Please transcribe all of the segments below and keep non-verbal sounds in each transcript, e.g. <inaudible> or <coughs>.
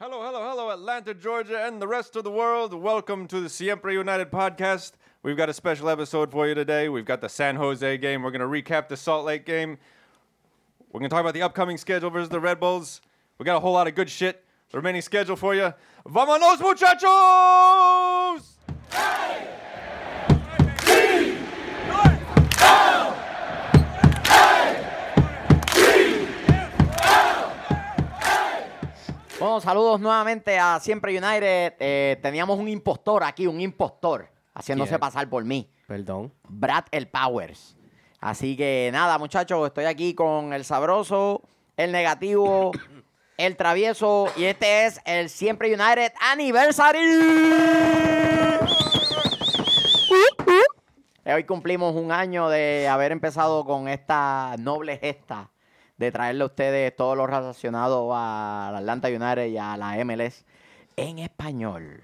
Hello, hello, hello, Atlanta, Georgia, and the rest of the world. Welcome to the Siempre United podcast. We've got a special episode for you today. We've got the San Jose game. We're going to recap the Salt Lake game. We're going to talk about the upcoming schedule versus the Red Bulls. We got a whole lot of good shit. The remaining schedule for you. ¡Vámonos, muchachos! Bueno, saludos nuevamente a Siempre United. Eh, teníamos un impostor aquí, un impostor, haciéndose ¿Quién? pasar por mí. Perdón. Brad el Powers. Así que nada, muchachos, estoy aquí con el sabroso, el negativo, el travieso. Y este es el Siempre United Anniversary. Eh, Hoy cumplimos un año de haber empezado con esta noble gesta de traerle a ustedes todo lo relacionado a la Atlanta United y a la MLS en español.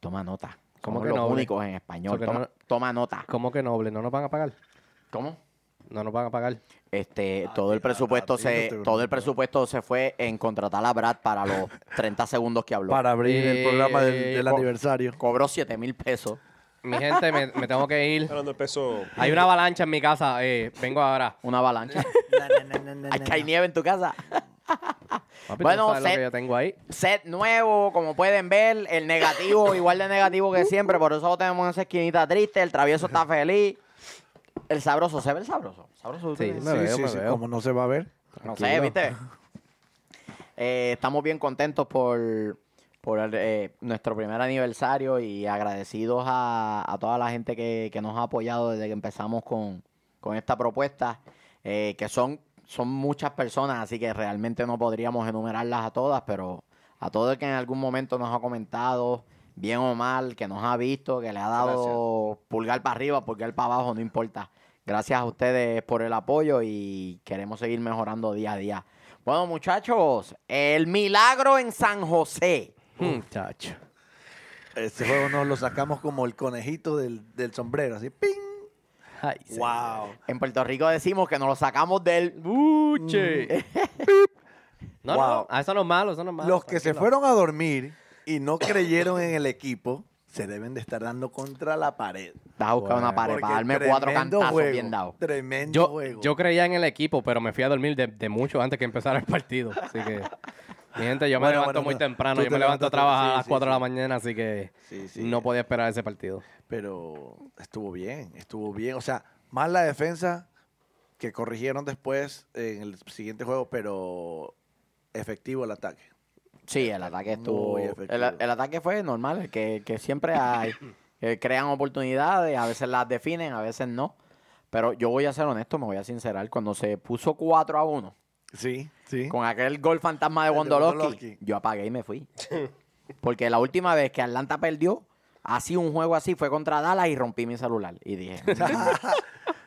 Toma nota. ¿Cómo Somos que los noble? únicos en español. Porque Toma, no- toma nota. ¿Cómo que noble? ¿No nos van a pagar? ¿Cómo? No nos van a pagar. Este, todo el presupuesto se, todo el presupuesto se fue en contratar a Brad para los 30 segundos que habló. para abrir el programa del, Eh, del po- aniversario. Cobró 7 mil pesos. Mi gente, me, me tengo que ir. Hablando de peso. Hay una avalancha en mi casa. eh, vengo ahora. Una avalancha. Ay, que <laughs> hay nieve en tu casa. Papi, tú Bueno, sabes lo se- que yo tengo ahí. Set nuevo, como pueden ver. El negativo, igual de negativo que siempre. Por eso lo tenemos en esa esquinita triste. El travieso está feliz. El sabroso, ¿se ve el sabroso? Sabroso, Sí, ¿ustedes? me veo, me veo. Como no se va a ver. No sé, ¿viste? Eh, estamos bien contentos por, por el, eh, nuestro primer aniversario y agradecidos a, a toda la gente que, que nos ha apoyado desde que empezamos con, con esta propuesta, eh, que son, son muchas personas, así que realmente no podríamos enumerarlas a todas, pero a todo el que en algún momento nos ha comentado, bien o mal, que nos ha visto, que le ha dado pulgar para arriba, pulgar para abajo, no importa. Gracias a ustedes por el apoyo y queremos seguir mejorando día a día. Bueno, muchachos, el milagro en San José. Mm. Hmm, chacho. Este juego nos lo sacamos como el conejito del, del sombrero, así. ¡Ping! Ay, ¡Wow! En Puerto Rico decimos que nos lo sacamos del... uh, Buche. No, no, no, Mm. Wow. ah, eso no es malo, eso no es malo. Los que se tranquilo. fueron a dormir y no creyeron en el equipo se deben de estar dando contra la pared. Vas a buscar una pared Porque para darme cuatro tremendo cantazos juego, bien dados. Tremendo Yo, juego. yo creía en el equipo, pero me fui a dormir de, de mucho antes que empezara el partido. Así que, mi gente, yo me Bueno, levanto bueno, muy no. temprano. Tú Yo te me levanto a levantaste- trabajar sí, a las sí, 4 de la sí. mañana, así que Sí, sí. no podía esperar ese partido. Pero estuvo bien, estuvo bien. O sea, más la defensa que corrigieron después en el siguiente juego, pero efectivo el ataque. Sí, el ataque estuvo. Muy El, efectivo. el ataque fue normal, el que, que siempre hay. que crean oportunidades, a veces las definen, a veces no. Pero yo voy a ser honesto, me voy a sincerar. Cuando se puso 4 a 1, Sí, sí. con aquel gol fantasma de El de Wondolowski, Wondolowski. yo apagué y me fui. <laughs> Porque la última vez que Atlanta perdió, así un juego así, fue contra Dallas y rompí mi celular. Y dije, <laughs>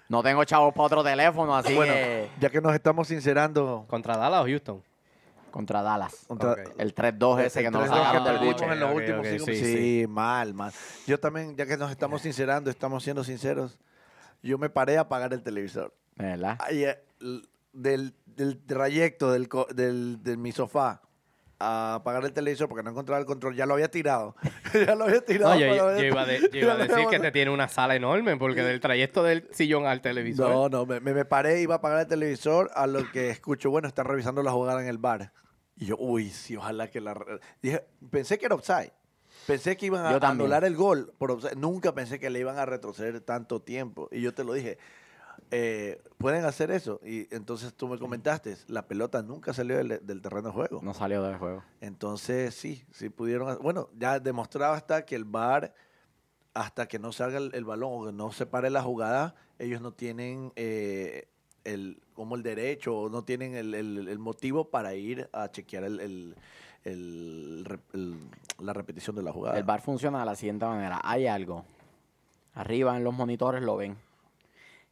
no tengo chavos para otro teléfono, así Bueno, que ya que nos estamos sincerando ¿Contra Dallas o Houston? contra Dallas. contra Ok. El 3-2 ese que el nos 3-2 sacaron que del perdimos buche. en los Ok, últimos ok, cinco- sí, sí, mal, mal. Yo también, ya que nos estamos sincerando, estamos siendo sinceros, yo me paré a apagar el televisor. ¿Verdad? Ay, eh, l- del, del trayecto del, co- del- de mi sofá a apagar el televisor porque no encontraba el control, ya lo había tirado. <laughs> ya lo había tirado. No, yo, pero- yo- yo iba, de- <laughs> yo iba a Ya lo decir había que te tiene una sala enorme, porque del trayecto del sillón al televisor. No, no, me, me me paré, iba a apagar el televisor, a lo que escucho, bueno, están revisando la jugada en el bar. Y yo, uy, sí, ojalá que la... re- Dije, pensé que era offside. Pensé que iban a Yo también. anular el gol por offside. Nunca pensé que le iban a retroceder tanto tiempo. Y yo te lo dije, eh, pueden hacer eso. Y entonces tú me comentaste, la pelota nunca salió del, del terreno de juego. No salió del juego. Entonces, sí, sí pudieron. ha- Bueno, ya demostraba hasta que el VAR, hasta que no salga el, el balón o que no se pare la jugada, ellos no tienen eh, el, como el derecho o no tienen el, el- el motivo para ir a chequear el, el- el rep- el- la repetición de la jugada. El bar funciona de la siguiente manera. Hay algo. Arriba en los monitores lo ven.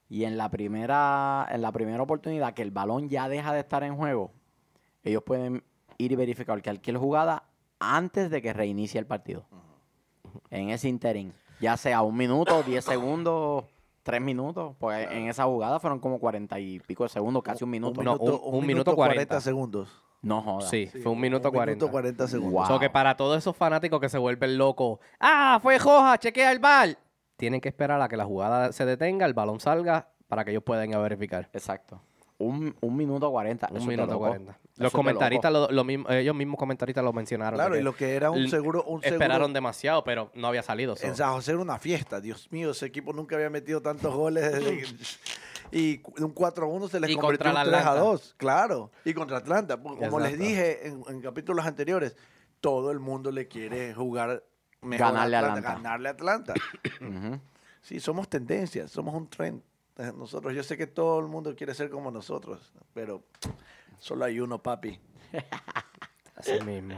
Y en la primera, en la primera oportunidad que el balón ya deja de estar en juego, ellos pueden ir y verificar cualquier jugada antes de que reinicie el partido. En ese interín. Ya sea un minuto, <coughs> diez segundos, tres minutos. Pues en esa jugada fueron como cuarenta y pico de segundos, casi un minuto. No, un- un minuto cuarenta. segundos. No joda. Sí, Sí, fue un minuto cuarenta. Minuto 40 segundos. Wow. O sea, que para todos esos fanáticos que se vuelven locos, ¡ah, fue Joja, chequea el bal! Tienen que esperar a que la jugada se detenga, el balón salga, para que ellos puedan ir a verificar. Exacto. Un, un minuto cuarenta. Un eso te minuto loco. cuarenta. Eso Los te comentaristas, loco. lo, lo mismo- ellos mismos comentaristas lo mencionaron. Claro, porque y lo que era un l- seguro. Un seguro Esperaron demasiado, pero no había salido. so. En San José era una fiesta. Dios mío, ese equipo nunca había metido tantos goles. <laughs> desde que- y cu- un 4-1 se les Y convirtió en contra un la 3-2. Claro. Y contra Atlanta. porque Como les Exacto. dije en, en capítulos anteriores, todo el mundo le quiere jugar mejor Ganarle a a Atlanta. Atlanta. Ganarle <coughs> a Atlanta. Ujú. sí, somos tendencias, somos un trend. Eh, Nosotros, yo sé que todo el mundo quiere ser como nosotros, pero solo hay uno, papi. Así mismo.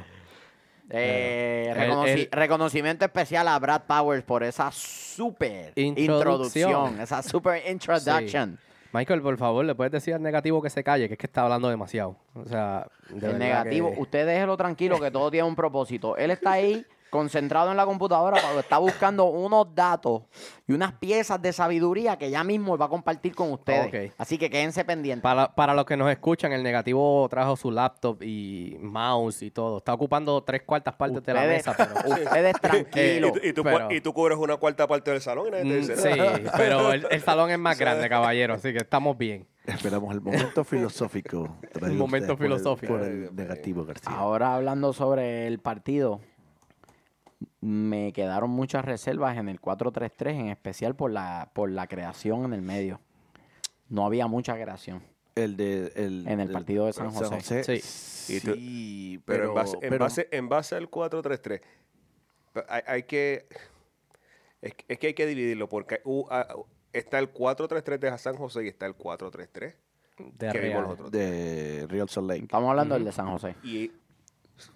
Eh, El- reconoci- el- reconocimiento especial a Brad Powers por esa super Introducción. introducción, esa super introduction. Michael, por favor, le puedes decir al negativo que se calle, que es que está hablando demasiado. O sea, de el verdad negativo, que- usted déjelo tranquilo que todo tiene un propósito. Él está ahí concentrado en la computadora cuando está buscando unos datos y unas piezas de sabiduría que ya mismo él va a compartir con ustedes. Ok. Así que quédense pendientes. Para, para los que nos escuchan, el negativo trajo su laptop y mouse y todo. Está ocupando tres cuartas partes de la Ustedes- mesa, pero. <laughs> <laughs> Ustedes Y, tranquilos. tú- y tú, pero- cua- y tú cubres una cuarta parte del salón y nadie te Mm, dice <laughs> nada. Sí, pero el, el salón es más grande, caballero, así que estamos bien. Esperamos <laughs> el momento filosófico. traído momento ustedes por el- filosófico. Por el, negativo, García. Ahora hablando sobre el partido, me quedaron muchas reservas en el 4-3-3, en especial por la, por la creación en el medio. No había mucha creación. El de, el, En el del- partido de San José. Y Sí, tú- Pero, en, base, en, base, en base al 4-3-3, pa- pues, hay, hay que. Es, que- es que hay que dividirlo porque hu- ah, está el 4-3-3 de San José y está el 4-3-3 De que vimos Real. <laughs> los otros. de Real Salt Lake. Estamos hablando del de San José. Y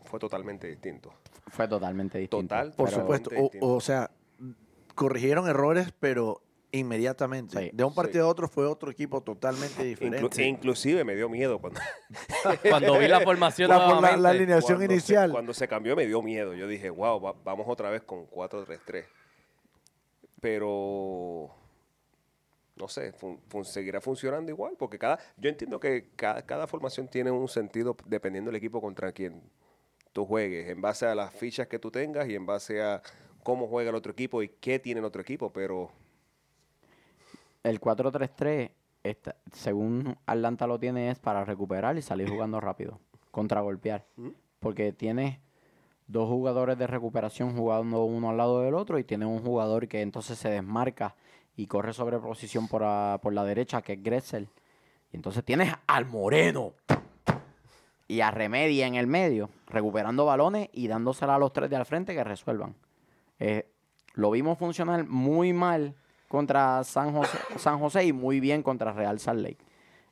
fue totalmente distinto. Fue totalmente distinto. Total, Por pero- supuesto. O, distinto. o sea, corrigieron errores, pero inmediatamente. Sí. de un partido Sí. a otro fue otro equipo totalmente Inclu- diferente. inclusive me dio miedo cuando, Cuando vi la formación La- la- nuevamente, la línea- Alineación cuando se- inicial. cuando se cambió me dio miedo. Yo dije, wow, va- vamos otra vez con 4-3-3. Pero no sé, fun- fun- seguirá funcionando igual, porque cada, yo entiendo que cada, cada formación tiene un sentido dependiendo del equipo contra quien tú juegues, en base a las fichas que tú tengas y en base a cómo juega el otro equipo y qué tiene el otro equipo, pero El 4-3-3, está- según Atlanta lo tiene, es para recuperar y salir jugando rápido, contragolpear. Porque tienes dos jugadores de recuperación jugando uno al lado del otro y tienes un jugador que entonces se desmarca y corre sobre posición por, a- por la derecha, que es Gressel. Y entonces tienes al Moreno y a Remedia en el medio, recuperando balones y dándosela a los tres de al frente que resuelvan. Eh, lo vimos funcionar muy mal contra San José, <coughs> San José y muy bien contra Real Salt Lake.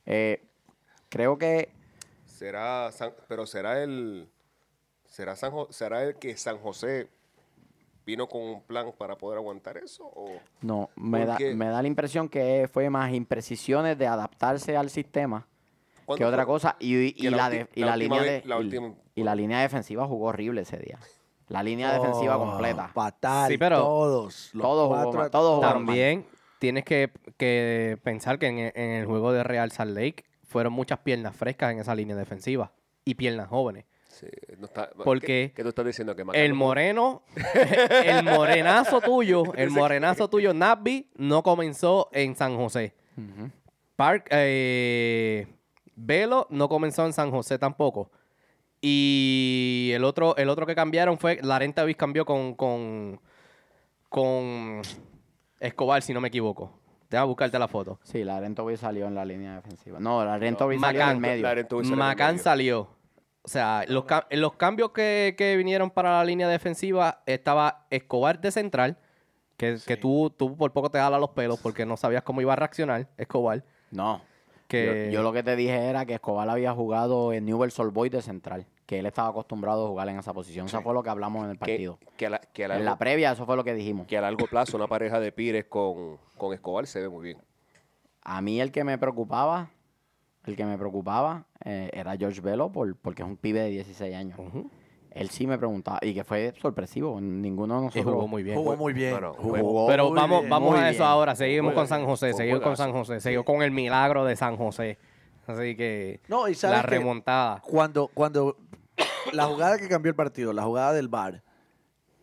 Eh, creo que será San- pero será el será San Jo- será el que San José vino con un plan para poder aguantar eso o no, me, da, Porque- me da la impresión que fue más imprecisiones de adaptarse al sistema que ¿Cuándo otra fue? cosa. Y, y- que y la la, ulti- de- y la la última línea vez- de- la y- última- y la línea defensiva jugó horrible ese día. La línea defensiva Oh, completa. Fatal. Sí, pero- todos. los Todos cuatro jugó mal, at- todos jugó mal. También tienes que, que pensar que en, e- en el juego de Real Salt Lake fueron muchas piernas frescas en esa línea defensiva y piernas jóvenes. Sí, no está- Porque ¿qué, qué tú estás diciendo que El Macaco- moreno, <laughs> el morenazo tuyo, el morenazo tuyo, Nasby, no comenzó en San José. Ujú. Park, eh, Velo no comenzó en San José tampoco. Y el otro, el otro que cambiaron fue, Larenta Viz cambió con, con, con Escobar, si no me equivoco. Deja buscarte la foto. Sí, la Rentovi salió en la línea defensiva. No, la Rentovi salió en Macán, el medio. Laurent Tubisac en el Macán medio. salió. O sea, los, ca- los cambios que, que vinieron para la línea defensiva estaba Escobar de central, que, que tú, tú por poco te jalas los pelos porque no sabías cómo iba a reaccionar Escobar. No. Que, Yo, yo lo que te dije era que Escobar había jugado en Newell's Old Boys de central, que él estaba acostumbrado a jugar en esa posición. Eso fue lo que hablamos en el que, partido. que a la- que a en largo- la previa, eso fue lo que dijimos. que a largo plazo una pareja de Pires con, con Escobar se ve muy bien. A mí el que me preocupaba, el que me preocupaba eh, era George Velo, por- porque es un pibe de 16 años. Ujú. Él sí me preguntaba, y que fue sorpresivo, ninguno de Y nosotros... jugó muy bien. Jugó muy bien. No, no, jugó jugó Pero muy vamos, bien. vamos muy a eso bien. ahora. Seguimos Muy con bien. San José, Fue seguimos con juegazo. San José, seguimos con el milagro de San José. Así que No, y sabes la que Ah. remontada. Cuando, cuando la jugada que cambió el partido, la jugada del VAR,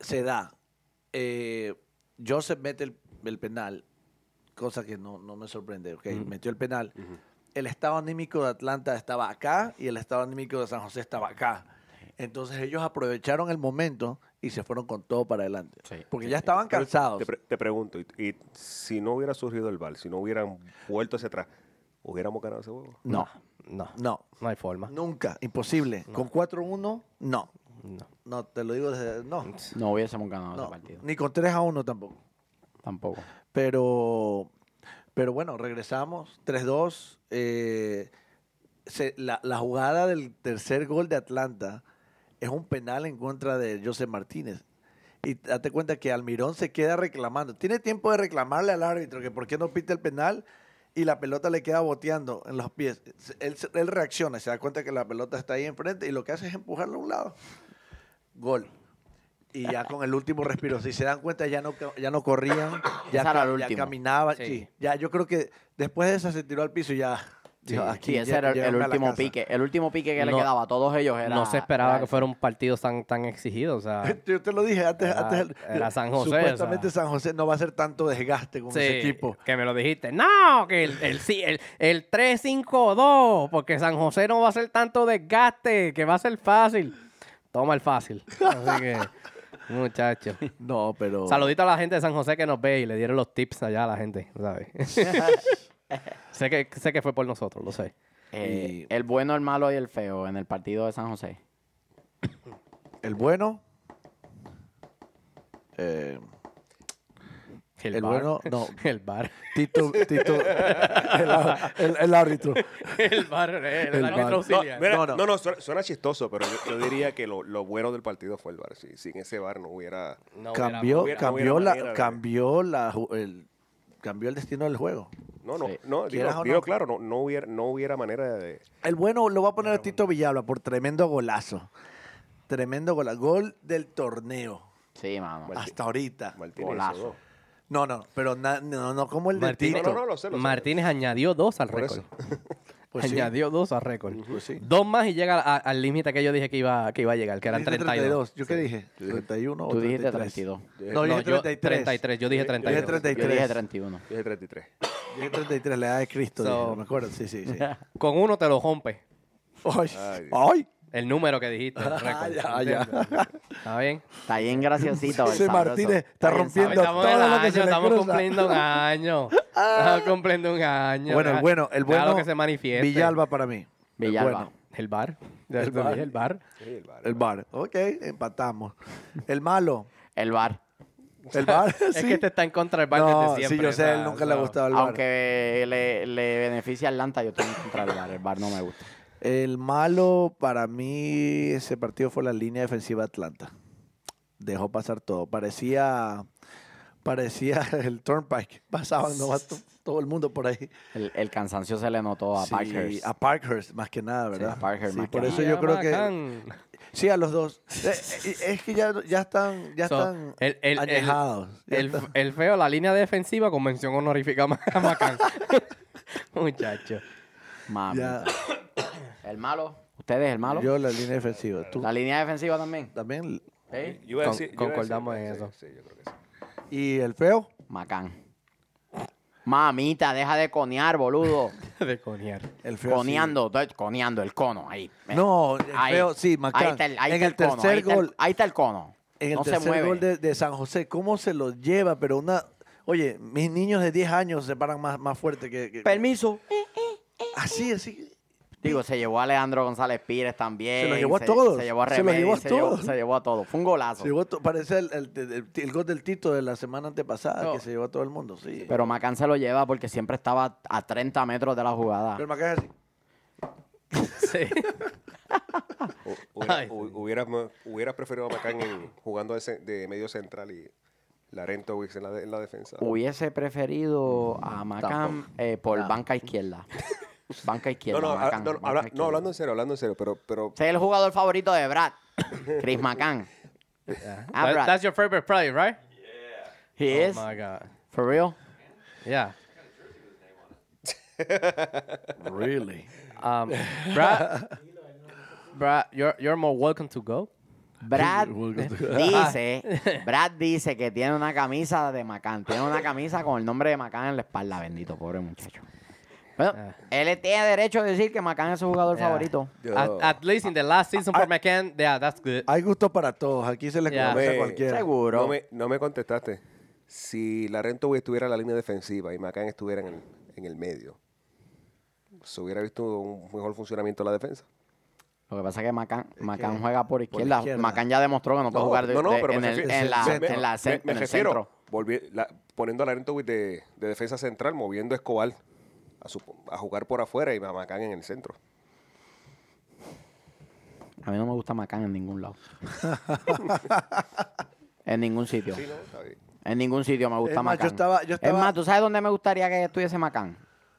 se da. eh, Joseph mete el, el penal, cosa que no, no me sorprende, ok, metió el penal. El estado anímico de Atlanta estaba acá y el estado anímico de San José estaba acá. Entonces ellos aprovecharon el momento y se fueron con todo para adelante. Sí, porque ya estaban Pero cansados. Te, pre- te pregunto, y, y si no hubiera surgido el bal, si no hubieran vuelto hacia atrás, ¿hubiéramos ganado ese juego? No, No, no, no hay Ah. forma. nunca, imposible. Con 4-1, no. No, te lo digo desde... No. No hubiésemos ganado No, ese partido. ni con 3 a 1 tampoco. Tampoco. Pero, pero bueno, regresamos 3-2. eh, se- la, la jugada del tercer gol de Atlanta es un penal en contra de José Martínez. Y date cuenta que Almirón se queda reclamando. Tiene tiempo de reclamarle al árbitro que por qué no pita el penal y la pelota le queda boteando en los pies. Se- Él, se- él reacciona, se da cuenta que la pelota está ahí enfrente y lo que hace es empujarla a un lado. Gol. Y ya con el último respiro, si se dan cuenta, ya no, ca- ya no corrían, Ese ya, era ca- el ya último. caminaban. Sí. sí. Ya, yo creo que después de esa se tiró al piso y ya. dijo, sí, ese lle- era el- el, llévenme a la último casa". pique. El último pique que le No- quedaba a todos ellos era. no se esperaba era que ese. fuera un partido tan, tan exigido. O <laughs> sea, <laughs> Yo te lo dije antes. Era- antes del- era San José, Supuestamente o sea. San José no va a hacer tanto desgaste con ese Sí, equipo. Que me lo dijiste. No, que el, el, sí, el, el 3-5-2, porque San José no va a hacer tanto desgaste, que va a ser fácil. Toma el fácil. Así <laughs> que, muchachos. No, pero. Saludito a la gente de San José que nos ve y le dieron los tips allá a la gente, ¿sabes? <laughs> sé, que, sé que fue por nosotros, lo sé. Eh, Y- El bueno, el malo y el feo en el partido de San José. El bueno. eh, El, El bar. bueno, no. <laughs> El bar. Tito. Tito el, el- el árbitro. El bar. El, El árbitro bar. No, auxiliar. mira, No, no, no. no, suena, suena chistoso, pero yo, yo diría que lo, lo bueno del partido fue el bar. Si, sin ese bar no hubiera. No, Cambió, hubiera- cambió, hubiera la, manera de- cambió, la, ju- el, cambió el destino del juego. No, no, Sí. no, digo, Quieras o digo no. claro, no, no, hubiera, no hubiera manera de. El bueno lo va a poner a Tito Villalba por tremendo golazo. Tremendo golazo. Gol del torneo. Sí, mano. Bueno. Hasta ahorita. Martínez Golazo. hizo dos. No, no, pero na- no, no como el de Martínez, Tito. No, no, no, lo sé, lo sé. Martínez añadió dos al Por récord. eso. Pues sí. añadió dos al récord. Pues sí. Dos más y llega a- al límite que yo dije que iba, que iba a llegar, que eran Dijiste 32. ¿Yo qué dije? ¿31 o Tú dijiste 32. 32. No, yo No, dije yo 33. 33, yo dije Yo dije 32. Yo 33. dije 31. Dije 33. Dije 33, la edad de Cristo. So- dije, no me acuerdo, sí, sí, <laughs> sí. Ay, Con uno te lo rompe. Ay, Dios. ay, El número que <laughs> dijiste. el Ah, récord, ya, ya. ¿entiendes? ¿Está bien? Está bien graciosito. el Ese sabroso. Martínez está bien rompiendo sabroso. Estamos, en el todo lo que año, se le estamos cruza. Ah. cumpliendo un <laughs> año. Estamos cumpliendo un año. Bueno, el bueno, el Claro bueno. que se manifieste. Villalba para mí. El Villalba. bueno, El bar. Ya El te dije, bar. El <laughs> bar. Sí, el bar. el bar. Ok, empatamos. El malo. El bar. <laughs> El bar, <laughs> sí. Es que este está en contra del bar no, desde siempre. sí, yo sé, o a sea, él nunca le ha so- gustado el bar. Aunque le, le beneficia a Atlanta, yo estoy en contra del bar. El bar no me gusta. El malo para mí ese partido fue la línea defensiva de Atlanta. Dejó pasar todo. Parecía parecía <laughs> el Turnpike. Pasaban nomás to- todo el mundo por ahí. El, el cansancio se le notó a Sí, Parkhurst. a Parkhurst, más que nada, Sí, ¿verdad? a Parkhurst, Sí, más que por eso nada. yo creo que Yamacán. sí a los dos. Eh, eh, es que ya, ya están ya So, están el- el- el- añejados. Ya El, <laughs> están- el feo, la línea defensiva con mención honorífica a <laughs> Macán. Muchacho. Mamita. ya- El malo. ¿Ustedes el malo? yo la línea defensiva. Tú La línea defensiva también. también ¿Sí? Yo iba a Con- decir- yo iba a concordamos decir- en sí, eso. Sí, yo creo que sí. y el feo. Macán. Mamita, deja de conear, <laughs> boludo. De conear. El feo sí. coneando, estoy coneando el cono ahí. No, el Ahí. feo sí, Macán. Ahí está el, ahí en está el el cono. ahí tercer está el- gol ahí está el cono. En el no se tercer mueve. gol de, de San José, ¿cómo se lo lleva? Pero una. Oye, mis niños de 10 años se paran más, más fuerte que. que- Permiso. así, así. Digo, se llevó a Alejandro González Pires también. Se los llevó a todos. Se llevó a Se los Remedy, llevó a se llevó- todos. se llevó a todos. Fue un golazo. Se llevó to- parece el, el- el- el gol del Tito de la semana antepasada, No. que se llevó a todo el mundo, sí. Pero Macán se lo lleva porque siempre estaba a 30 metros de la jugada. Pero Macán es así. <laughs> Sí. Hu- Hubiera, Ay, hu- hubiera, mo- hubiera preferido a Macán en- jugando de, cen- de medio central y Larento Wicks en la, de- en la defensa. Hubiese preferido a Macán eh, por No. banca izquierda. banca no, izquierda. no, Macán, ah, no, no, banca habla- izquierda. no, hablando en serio, hablando en serio, pero, pero Ese es el jugador favorito de Brad. Chris <coughs> Macán. Ah, That- Brad. that's your favorite player, right? He is. Oh my God. For <laughs> real. Yeah. Really? <laughs> Um, Brad, Brad you're, you're more welcome to go. Brad <laughs> dice, Brad dice que tiene una camisa de Macán, tiene una camisa con el nombre de Macán en la espalda, bendito pobre muchacho. Bueno, él tiene derecho a decir que Macán es su jugador Yeah. favorito. Yo- At, at least in the last season for I- McCann, yeah, that's good. Hay gusto para todos. Aquí se les Ya. conoce Me- a cualquiera. Seguro. No me, no me contestaste. Si Larrento estuviera en la línea defensiva y Macán estuviera en el, en el medio, se hubiera visto un mejor funcionamiento de la defensa. Lo que pasa es que Macán, Macán juega por izquierda. izquierda. Macán ya demostró que no puede jugar de- no, no, de- pero en, me el, refiero- en la, me- me- en la cen- me- me en el refiero, centro. volvi- la- poniendo a Larrento de, de defensa central, moviendo a Escobar a, su- a jugar por afuera y a Macán en el centro. A mí no me gusta Macán en ningún lado. en ningún sitio. Sí, ¿no? Está bien. En ningún sitio me gusta Es más, yo Macán. estaba- yo estaba- Es más, ¿tú sabes dónde me gustaría que estuviese Macán?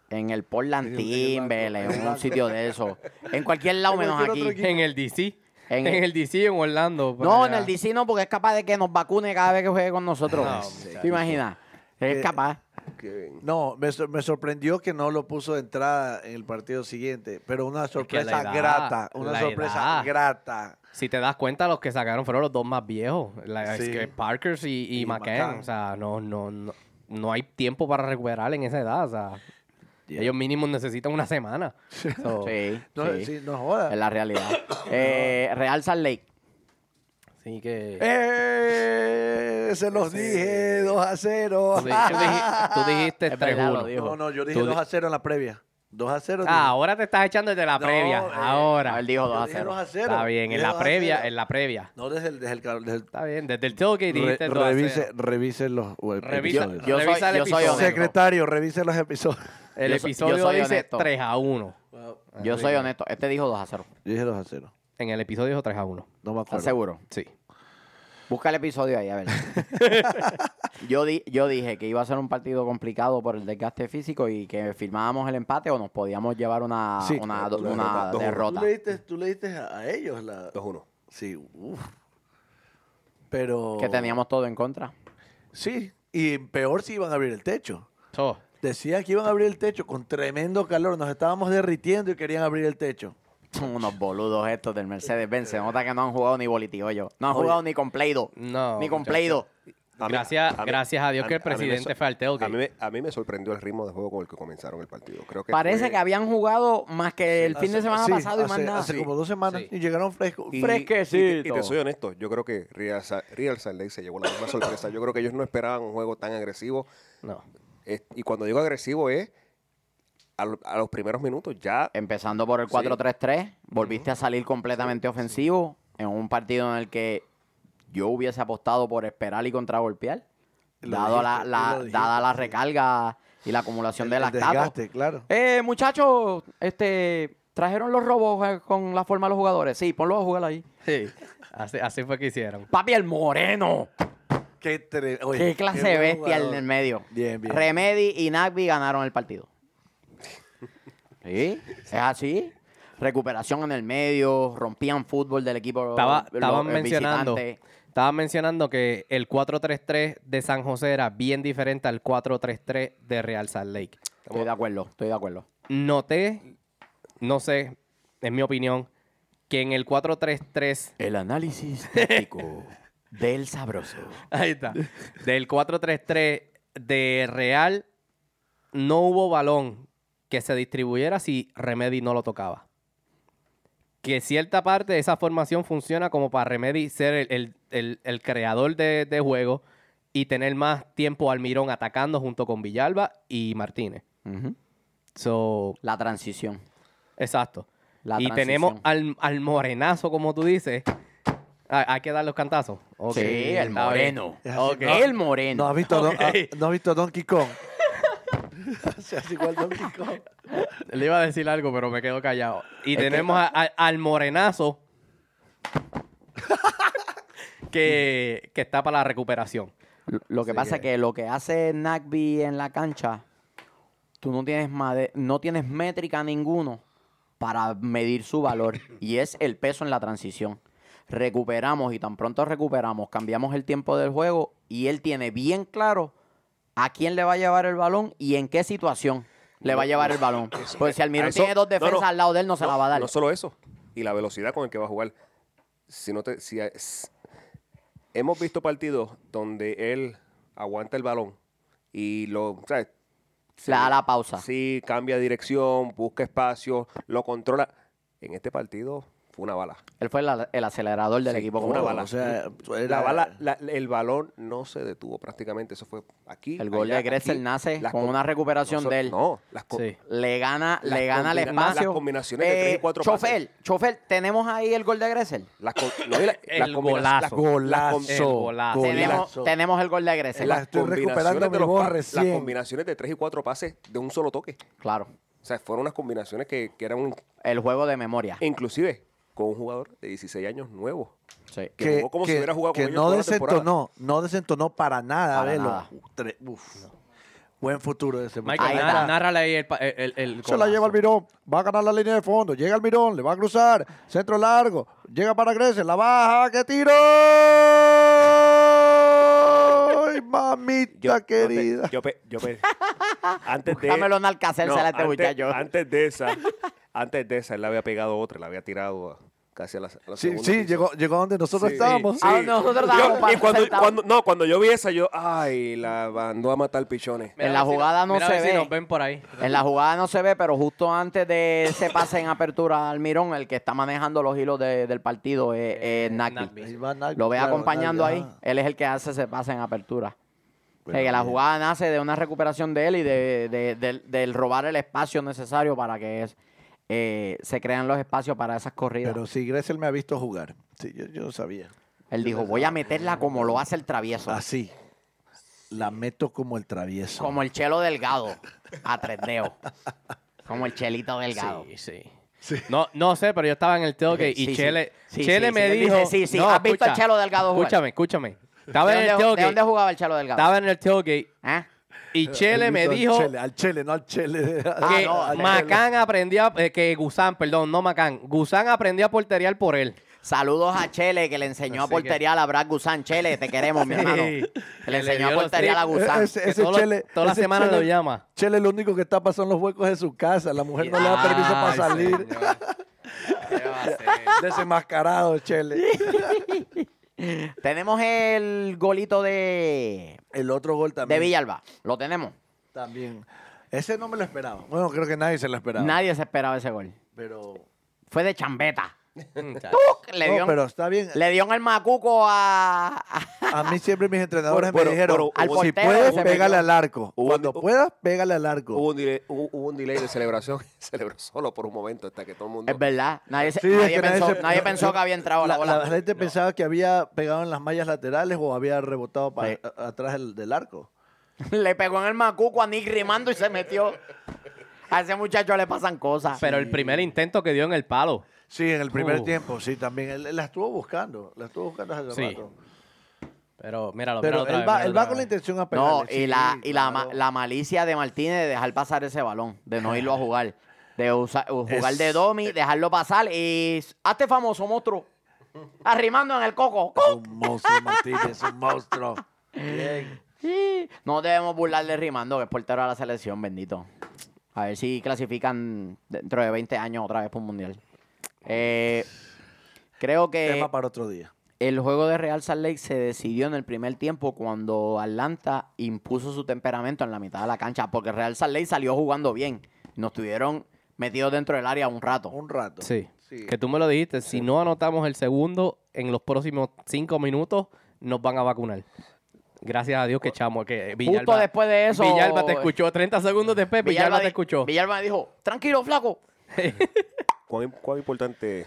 En el Portland En el- en el Timberlake, banco, en en el un sitio de eso. En cualquier lado En menos cualquier otro aquí. equipo. En el DC. En En, el- el DC en Orlando. por No, en allá. el DC no, porque es capaz de que nos vacune cada vez que juegue con nosotros. Ah, No, ¿Te imaginas? Es Eh, capaz. Qué bien. No, me, sor- me sorprendió que no lo puso de entrada en el partido siguiente, pero una sorpresa edad, grata, una la sorpresa edad. grata. Si te das cuenta, los que sacaron fueron los dos más viejos. la- es Sí. que Parkers y, y Y McCann. McCann. O sea, no, no, no, no hay tiempo para recuperar en esa edad. O sea, ellos mínimo necesitan una <laughs> semana. <laughs> So, Sí, Eh, No, sí. sí, no jodas. Es la realidad. <coughs> Eh, Real Salt Lake. Así que... ¡Eh! Se los dije, 2 a 0. Tú, di- tú dij- tú dijiste Es verdad, lo 3-1. dijo. <laughs> No, no, yo dije Tú di- 2 a 0 en la previa. 2 a 0. Ah, ahora te estás echando desde la No, previa. eh, ahora. No, él dijo 2 a 2 0. a 0. Está bien, en la previa, en la previa. No, desde el... Desde el, desde el- Está bien, desde el tailgate dijiste Re- dos a cero. revise, revise los o el Revisa, episodio. yo revisa soy- el yo soy episodio. honesto. Secretario, revise los episodios. <laughs> El Yo so- yo episodio soy dice honesto. 3 a 1. Yo soy honesto. Este dijo 2 a 0. Yo dije 2 a 0. En el episodio dijo 3 a 1. No me ¿Estás acuerdo. seguro? Sí. Busca el episodio ahí, a <laughs> ver. yo, di- yo dije que iba a ser un partido complicado por el desgaste físico y que firmábamos el empate o nos podíamos llevar una, Sí, una, claro, do- claro, una dos- dos- Tú derrota. le diste, tú le diste a, a ellos la... 2-1. Sí, uff. Pero... Que teníamos todo en contra. Sí, y peor si iban a abrir el techo. So, Decía que iban a abrir el techo con tremendo calor. Nos estábamos derritiendo y querían abrir el techo. Son unos boludos estos del Mercedes-Benz. Se nota que no han jugado ni bolitiollo. No han Oye. jugado ni con Play-Doh. no. ni con muchacho. Play-Doh. A mí- Gracias- mí- gracias a Dios que el mí me presidente sor- fue al tailgate. A mí, me- a mí me sorprendió el ritmo de juego con el que comenzaron el partido. Creo que Parece fue- que habían jugado más que el fin de Hace- semana sí, pasado y más hace- nada. Hace Sí, como dos semanas sí. y llegaron frescos. Y- Fresquecito. Y, te- y te soy honesto, yo creo que Real, Sa- Real Salt Lake se llevó la misma sorpresa. Yo creo que ellos no esperaban un juego tan agresivo. No. Es- y cuando digo agresivo es a, lo- a los primeros minutos ya. Empezando por el 4-3-3, volviste a salir completamente ofensivo en un partido en el que yo hubiese apostado por esperar y contragolpear, Lo dado la, dijiste, la- lo dijiste, dada la recarga y la acumulación de El las desgaste, claro. Eh, muchachos, este, trajeron los robos eh, con la forma de los jugadores. Sí, ponlos a jugar ahí. Sí. Así, así fue que hicieron. Papi, el moreno. Qué, tre- oye, Qué clase buen de bestia en jugador. el medio. Bien, bien. Remedy y Nagby ganaron el <laughs> partido. Sí, es así. Recuperación en el medio, rompían fútbol del equipo. Estaba, lo- estaban el mencionando. visitante. Estaban mencionando que el 4-3-3 de San José era bien diferente al 4-3-3 de Real Salt Lake. Estoy de acuerdo, estoy de acuerdo. Noté, no sé, en mi opinión, que en el 4-3-3 El análisis <laughs> táctico del sabroso. Ahí está. Del 4-3-3 de Real, no hubo balón que se distribuyera si Remedy no lo tocaba. Que cierta parte de esa formación funciona como para Remedy ser el, el- el- el creador de, de juego y tener más tiempo Almirón atacando junto con Villalba y Martínez. So, La transición. exacto. La y transición. tenemos al, al morenazo, como tú dices. Ah, Hay que dar los cantazos. Ok, Sí, el está bien. moreno. Es así, Ok. ¿no? El ¿No moreno. has visto, a Don- <laughs> Ok. a- ¿no has visto a Donkey <laughs> Kong? Se hace igual Donkey <laughs> Kong. Le iba a decir algo, pero me quedo callado. Y tenemos a- a- al morenazo <laughs> que, que está para la recuperación. Lo- Lo que pasa es que lo que hace Nagby en la cancha, tú no tienes made- no tienes métrica ninguno para medir su valor y es el peso en la transición. Recuperamos y tan pronto recuperamos, cambiamos el tiempo del juego y él tiene bien claro a quién le va a llevar el balón y en qué situación. le va a llevar el balón. Porque si Almirón Eso- tiene dos no, no. defensas al lado de él, no se la va a dar. No solo eso, y la velocidad con el que va a jugar. Si no te, si, s- hemos visto partidos donde él aguanta el balón y lo, ¿sabes? le da la pausa. Sí, cambia dirección, busca espacio, lo controla. En este partido fue una bala. Él fue la- el acelerador del Sí, equipo. fue como una todo. bala. Oh, O sea, La era- bala, la- el balón no se detuvo prácticamente. Eso fue aquí. El gol allá, de Gressel aquí. nace Las con com- una recuperación no, so- de él. No, las co- Sí. Le gana, Las le gana el combina- las espacio. Eh, combinaciones de tres y cuatro chofer, chofer, tenemos ahí el gol de Gressel. las co- no, y la- <laughs> El las combina- golazo. las- Golazo. las El golazo. Tenemos, Golazo. tenemos el gol de Gressel. La estoy combinaciones recuperando de mi los voz pa- recién. Las combinaciones de tres y cuatro pases de un solo toque. Claro. O sea, fueron unas combinaciones que, que eran, un- El juego de memoria. inclusive, con un jugador de 16 años nuevo. Sí. que jugó como si hubiera jugado con que ellos no toda la temporada. desentonó, no desentonó para nada, Para velo. nada. Tre- uf. Buen futuro de ese Michael, Ahí muchacho. narra- está. nárrale ahí el, pa- el, el- el Se la lleva golazo. Almirón, va a ganar la línea de fondo, llega Almirón, le va a cruzar, centro largo, llega para Grecia, la baja, que tiro. ¡Ay, mamita no te- querida! yo, pe- yo pe- antes de. Dámelo en Alcácer, No, se la este antes, muchacho. antes de esa, antes de esa, él le había pegado otra, le había tirado a- casi a la, a la sí, segunda sí, pista. llegó, llegó donde nosotros Sí, estábamos. sí. Ah, nosotros Yo- estábamos y pa- cuando, sentados. cuando- no, cuando yo vi esa, yo, ay, la mandó a matar pichones. Mira En la a ver si jugada no mira a ver se si ve. nos ven por ahí. En la jugada no se ve, pero justo antes de ese pase en apertura al Mirón, el que está manejando los hilos de- del partido es, es Nagby. Nagby. Ahí va Nagby, Lo ve claro, acompañando Nagby, ahí. ajá. Él es el que hace ese pase en apertura. O sea, Bueno, que la bien. jugada nace de una recuperación de él y de, de- del- del robar el espacio necesario para que es- eh, se crean los espacios para esas corridas. Pero sí, Gressel me ha visto jugar. Sí, yo, yo sabía. él dijo, voy a meterla como lo hace el travieso. Así. La meto como el travieso. Como el chelo delgado. A tresdeo. Como el chelito delgado. Sí, sí. No, no sé, pero yo estaba en el tailgate Sí, y sí. Chele, Sí, Chele sí, me sí, él dijo... dice, sí, sí, no, ¿has visto al escucha, Chelo Delgado jugar? Escúchame, escúchame. Estaba en ¿De el dónde, de tailgate, dónde jugaba el chelo delgado? estaba en el tailgate ¿Eh? y Chele Él me hizo al dijo Chele, al Chele, no <laughs> al Chele. que no, al Chele. Macán aprendió, a- eh, que Gusán, perdón, no Macán, Gusán aprendió a porteriar por él. Saludos a Chele, que le enseñó a Así que- portería a la Brad Gusán. Chele, te queremos, mi <laughs> hermano. Que le le enseñó dio a los portería a la triples. Gusán. Ese- que ese todo lo- Chele- toda la ese semana lo Chele- llama. Chele lo único que tapa son los huecos de su casa. La mujer no le da permiso para Ay, salir. señor. ¿Qué va a hacer? Desenmascarado, Chele. Tenemos el golito de, El otro gol de también. Villalba. Lo tenemos. También. Ese no me lo esperaba. Bueno, creo que nadie se lo esperaba. Nadie se esperaba ese gol. Pero. Fue de chambeta. Muchacho. ¡Tuc! Le No, dio, pero está bien. le dio en el macuco a, a- A mí siempre mis entrenadores Pero- me dijeron: pero- Al si portero puedes, se metió. pégale al arco. Hubo- Cuando hubo- puedas, pégale al arco. Hubo un, delay, hubo, hubo un delay de celebración. <laughs> Celebró solo por un momento hasta que todo el mundo. Es verdad. Nadie, se- Sí, nadie es que nadie pensó, se- nadie pensó que había entrado la, La, bola. la gente pensaba que había pegado en las mallas laterales o había rebotado para, Sí. a- atrás del, del arco. Le pegó en el macuco a Nick Rimando y se metió. A ese muchacho le pasan Ah, cosas. Pero el primer intento que dio en el palo. Sí, en el primer Uf. tiempo, sí, también. Él, él la estuvo buscando, la estuvo buscando hace Sí. rato. Pero míralo, Pero míralo otra él vez, va, míralo él va otra con la vez. intención a pegarle. No, y, sí, la, y la, ma- claro. la malicia de Martínez de dejar pasar ese balón, de no irlo a jugar, de usa- o jugar de eh. domi, dejarlo pasar y s- hazte famoso, monstruo. Arrimando en el coco. Es un monstruo, Martínez, es un monstruo. Bien. Sí. No debemos burlar de Rimando, que es portero de la selección, bendito. A ver si clasifican dentro de 20 años otra vez para un mundial. Eh, creo que Tema para otro día. el juego de Real Salt Lake se decidió en el primer tiempo cuando Atlanta impuso su temperamento en la mitad de la cancha, porque Real Salt Lake salió jugando bien. Nos tuvieron metidos dentro del área un rato. Un rato. Sí. Sí. Que tú me lo dijiste, si no anotamos el segundo, en los próximos cinco minutos nos van a vacunar. Gracias a Dios que chamo, que Villalba. después de eso- Villalba te escuchó 30 segundos después, Villalba, di- te escuchó. Villalba me dijo, tranquilo, flaco. ¿Cuán, cuán importante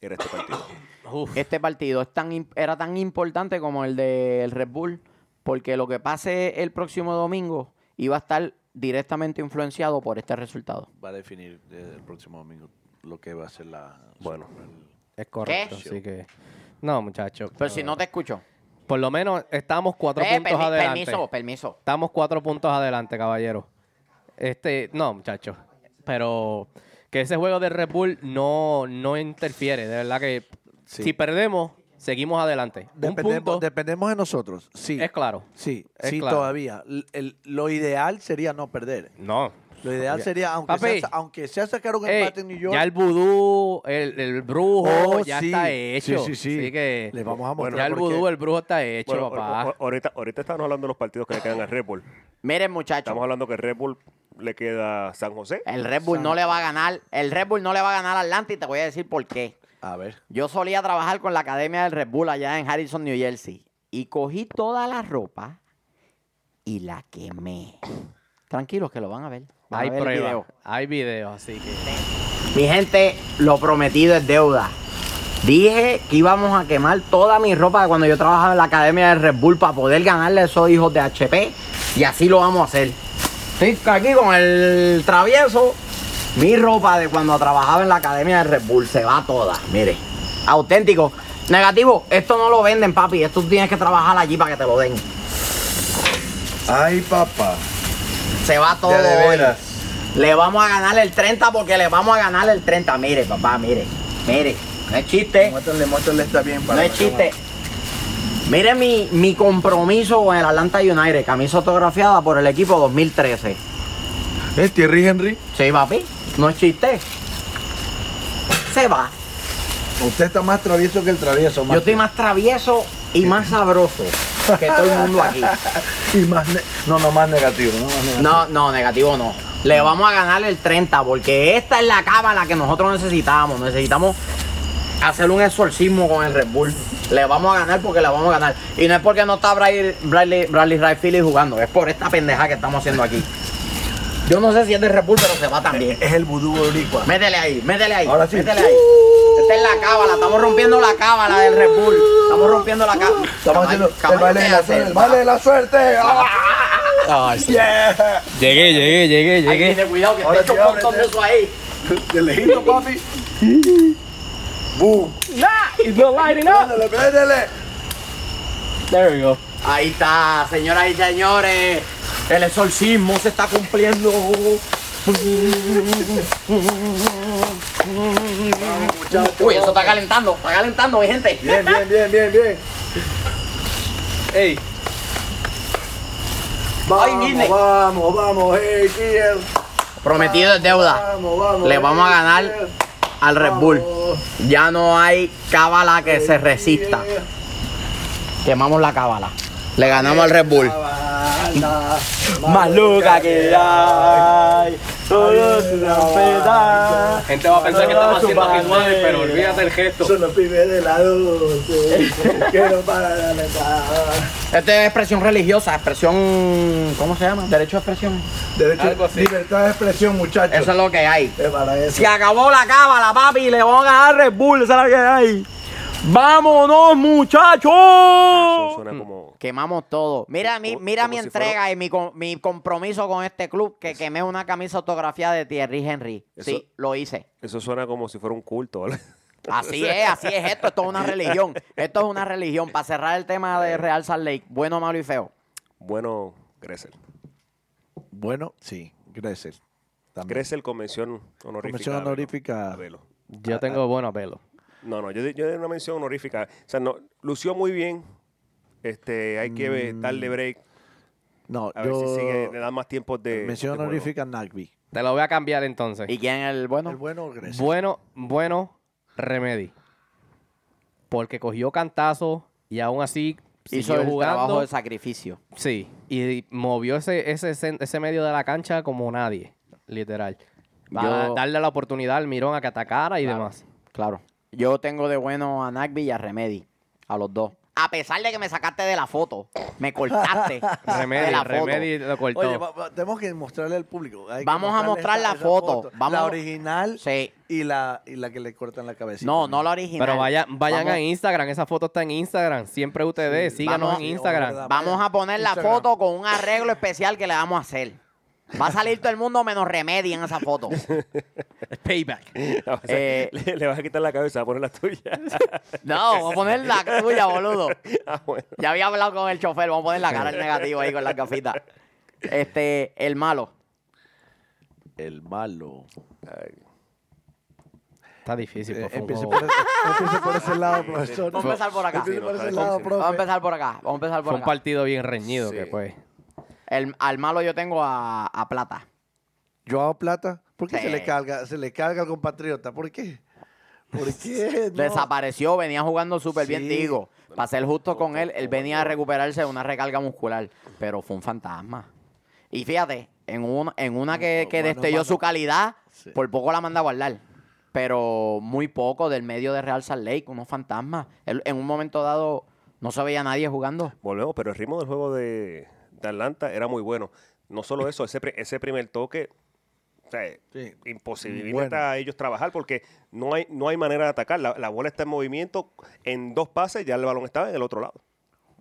era este partido? Uf. Este partido es tan, im- era tan importante como el del Red Bull, porque lo que pase el próximo domingo iba a estar directamente influenciado por este resultado. Va a definir eh, el próximo domingo lo que va a ser la. Bueno. Es correcto, así que. No, muchacho. Pero si no te escucho. Por lo menos estamos cuatro Eh, puntos permi- adelante. permiso, permiso. Estamos cuatro puntos adelante, caballero. Este, no, muchachos. Pero que ese juego de Red Bull no, no interfiere. De verdad que Sí. si perdemos, seguimos adelante. Un Dependemos, punto dependemos de nosotros. Sí. es claro. Sí, es sí, claro. todavía. L- el- lo ideal sería no perder. No, Lo ideal sería, aunque, Papi. sea, aunque sea sacar un Ey, empate en New York, ya el vudú, el, el brujo, Oh, ya sí. está hecho. Sí, sí, sí. Así que les vamos a mostrar. ya el por qué. vudú, el brujo está hecho, Bueno, papá. o- o- ahorita, ahorita estamos hablando de los partidos que le quedan a Red Bull. Miren, muchachos. Estamos hablando que Red Bull le queda San José. El Red Bull no le va a ganar. El Red Bull no le va a ganar a Atlanta y te voy a decir por qué. A ver. Yo solía trabajar con la academia del Red Bull allá en Harrison, New Jersey. Y cogí toda la ropa y la quemé. Tranquilos que lo van a ver. Van a hay ver el pruebas, video. hay videos, así que... Mi gente, lo prometido es deuda. Dije que íbamos a quemar toda mi ropa de cuando yo trabajaba en la academia de Red Bull para poder ganarle a esos hijos de HP. Y así lo vamos a hacer. Estoy aquí con el travieso. Mi ropa de cuando trabajaba en la academia de Red Bull se va toda. Mire, auténtico. Negativo, esto no lo venden, papi. Esto tú tienes que trabajar allí para que te lo den. Ay, papá. Se va todo. Ya de hoy. veras. Le vamos a ganar el 30 porque le vamos a ganar el 30. Mire, papá, mire. Mire. No es chiste. Muéstrale, muéstrale, está bien. No es chiste. Mire mi, mi compromiso con el Atlanta United. Camisa autografiada por el equipo 2013. ¿Es Eh, Thierry Henry? Sí, papi. No es chiste. Se va. Usted está más travieso que el travieso, Yo estoy más travieso y más sabroso que todo el mundo aquí. Y más ne- no, no, más negativo. No, más negativo. No, no, negativo no. Le vamos a ganar el 30 porque esta es la cámara que nosotros necesitamos. Necesitamos hacer un exorcismo con el Red Bull. Le vamos a ganar porque le vamos a ganar. Y no es porque no está Bradley, Bradley, Bradley Wright Phillips jugando, es por esta pendeja que estamos haciendo aquí. Yo no sé si es de Red Bull, pero se va también. Es el vudú boricua. Métele ahí, métele ahí. Ahora sí. Métele ahí. Esta es la cábala, estamos rompiendo la cábala del Red Bull. Estamos rompiendo la cábala. Estamos haciendo el baile de la suerte. El baile de la suerte. ¡Ah! Yeah. Llegué, llegué, llegué, llegué. Cuidado que Ahora te echo sí, un montón de ábrete. eso ahí. De lejito, papi. ¡Boom! Métele, métele. There we go. Ahí está, señoras y señores. El exorcismo se está cumpliendo. Uy, eso está calentando, está calentando, mi gente. Bien, bien, bien, bien, bien. Ay, Ey, Vamos, Disney. vamos, vamos. Hey, Kiel. Prometido es deuda. Vamos, vamos. Le vamos a hey, ganar al Red Bull. Ya no hay cábala que se resista. Kiel. Quemamos la cábala. Le ganamos al Red Bull. Banda, Más loca que hay, solo es una peda. gente va a pensar que estamos haciendo rituales, pero olvídate el gesto. Son los pibes de <laughs> la dulce. Quiero para la paz. Esta es expresión religiosa, expresión. ¿Cómo se llama? Derecho a expresión. Algo Derecho, así. libertad de expresión, muchachos. Eso es lo que hay. Es para eso. Se acabó la cábala, papi. Le vamos a ganar Red Bull. Esa es la que hay. ¡Vámonos, Eso muchachos! suena como... Quemamos todo. Mira mi, Como- mira como mi si entrega y mi, com- mi compromiso con este club que quemé una camisa autografiada de Thierry Henry. Eso- Sí, lo hice. Eso suena como si fuera un culto, ¿vale? <laughs> Así es, así es esto. Esto es una religión. Esto es una religión. Para cerrar el tema de Real Salt Lake, bueno, malo y feo. Bueno, Gressel. Bueno, sí, Gressel. También. Gressel, convención honorífica. Convención a Velo. honorífica. A Velo. Yo tengo bueno pelo. No, no, yo, di- yo di una mención honorífica. O sea, no, lució muy bien. Este, hay que ver- darle break. No, A ver Mm, yo. si sigue, le dan más tiempo de. mención de juego. <laughs> honorífica Nagby. Te lo voy a cambiar entonces. ¿Y quién es el El bueno? bueno Gressel. Bueno, bueno, Remedy. Porque cogió cantazo y aún así Hizo siguió el trabajo jugando. de sacrificio. Sí, y movió ese, ese, cen- ese medio de la cancha como nadie, literal. Para Yo- darle la oportunidad al Mirón a que atacara y demás. Claro. Yo tengo de bueno a Nagby y a Remedy, a los dos. A pesar de que me sacaste de la foto, me <laughs> cortaste. de Remedy, Ah, la foto. Remedy lo cortó. Oye, va- va- tenemos que mostrarle al público. Hay que Vamos a mostrarle mostrar esa- la esa foto. Vamos- La original Sí. y, la, y la que le cortan la cabecita. No, no la original. Pero vaya, vayan Vamos- a Instagram, esa foto está en Instagram. Siempre ustedes, síganos vamos- en sí, Instagram. verdad. Vamos a poner la Instagram. foto con un arreglo especial que le vamos a hacer. Va a salir todo el mundo menos Remedy en esa <laughs> foto. Payback. O sea, Eh, <laughs> le, le vas a quitar la cabeza, a poner la tuya. No, voy a poner la tuya, boludo. ah, bueno. Ya había hablado con el chofer, vamos a poner la cara del negativo ahí con las gafitas. Este, el malo. El malo. Ay, Está difícil, Eh, por empiece, favor. por ese, empiece por ese lado, profesor. Vamos a empezar por acá. Empiece por Sí, ese no, lado, sí. profe. Vamos a empezar por acá. Vamos a empezar Fue por un acá. partido bien reñido Sí. que fue. El- al malo yo tengo a, a Plata. Joao Plata, ¿por qué Sí. se le carga, se le carga al compatriota? ¿Por qué? ¿Por <laughs> qué? No. Desapareció, venía jugando súper bien, Sí. digo. Para ser justo con él, él venía a recuperarse de una recarga muscular, pero fue un fantasma. Y fíjate, en, un- en una que, que Mano, destelló mano. su calidad, Sí. por poco la manda a guardar. Pero muy poco del medio de Real Salt Lake, unos fantasmas. Él, en un momento dado no se veía nadie jugando. Volvemos, pero el ritmo del juego de, de Atlanta era muy bueno. No solo eso, ese, pri- ese primer toque o sea, Sí. imposibilita Bueno. a ellos trabajar porque no hay, no hay manera de atacar. La, la bola está en movimiento, en dos pases ya el balón estaba en el otro lado.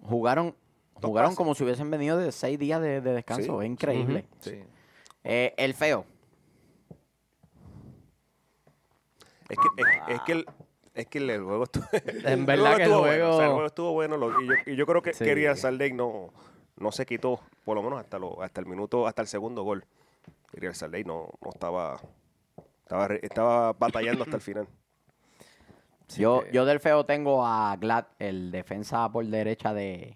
Jugaron, Dos jugaron pases. como si hubiesen venido de seis días de, de descanso. Sí. Es increíble. Sí. Eh, el feo. Es que, es, es que, el, es que el juego estuvo, <laughs> En verdad que el estuvo bueno, o sea, el juego- juego estuvo bueno lo- y, yo, y yo creo que Sí. quería Saldek no, no se quitó, por lo menos hasta, lo, hasta el minuto, hasta el segundo gol. Ariel Saldek no, no estaba, estaba, re- estaba batallando hasta el final. yo, que- yo del feo tengo a Glad, el defensa por derecha de,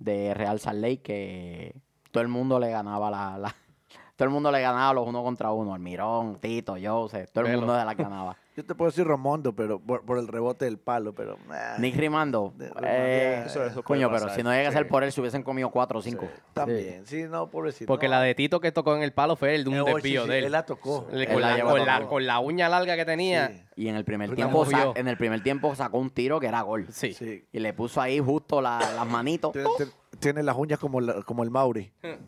de Real Salt Lake, que todo el mundo le ganaba la, la- <laughs> todo el mundo le ganaba los uno contra uno. Almirón, Tito, Joseph, todo el Velo. mundo se la <laughs> ganaba. Yo te puedo decir Romondo, pero por, por el rebote del palo, pero. eh, Nick Rimando, De- de- eh, Eso- eso puede coño, pero pasar, si no llega a ser sí. por él, se hubiesen comido cuatro o cinco. También, sí, no, pobrecito. Porque no. la de Tito que tocó en el palo fue el de un Eh, oh, sí, desvío sí, de él. Él la tocó. Le- Él con, la la, llevó con a la- tocar. con la uña larga que tenía. Y en el primer Pero tiempo, tampoco sa- yo. en el primer tiempo sacó un tiro que era gol. Sí. Sí. Sí. Y le puso ahí justo la- las manitos. Tiene, tiene- tiene las uñas como, la- como el Mauri. <laughs> Ay.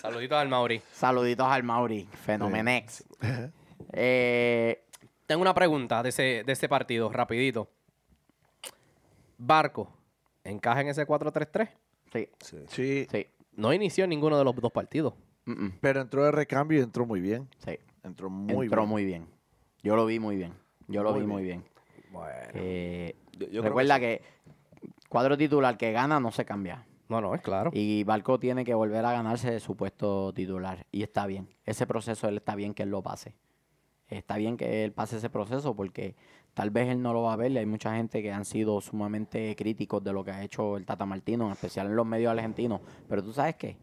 Saluditos al Mauri. Saluditos al Mauri, Fenomenex. Eh, Tengo una pregunta de ese, de ese partido, rapidito. Barco, ¿encaja en ese 4-3-3? sí, Sí. Sí. sí, No inició ninguno de los dos partidos. mm, mm, Pero entró de recambio y entró muy bien. sí. Entró muy Entró bien. muy bien. Yo lo vi muy bien. Yo lo Muy vi bien. muy bien. Eh, Yo- yo creo recuerda que, cuadro titular que gana no se cambia. No, no, es claro. Y Barco tiene que volver a ganarse su puesto titular. Y está bien. Ese proceso, él está bien que él lo pase. Está bien que él pase ese proceso porque tal vez él no lo va a ver. y Hay mucha gente que han sido sumamente críticos de lo que ha hecho el Tata Martino, en especial en los medios argentinos. Pero tú sabes qué?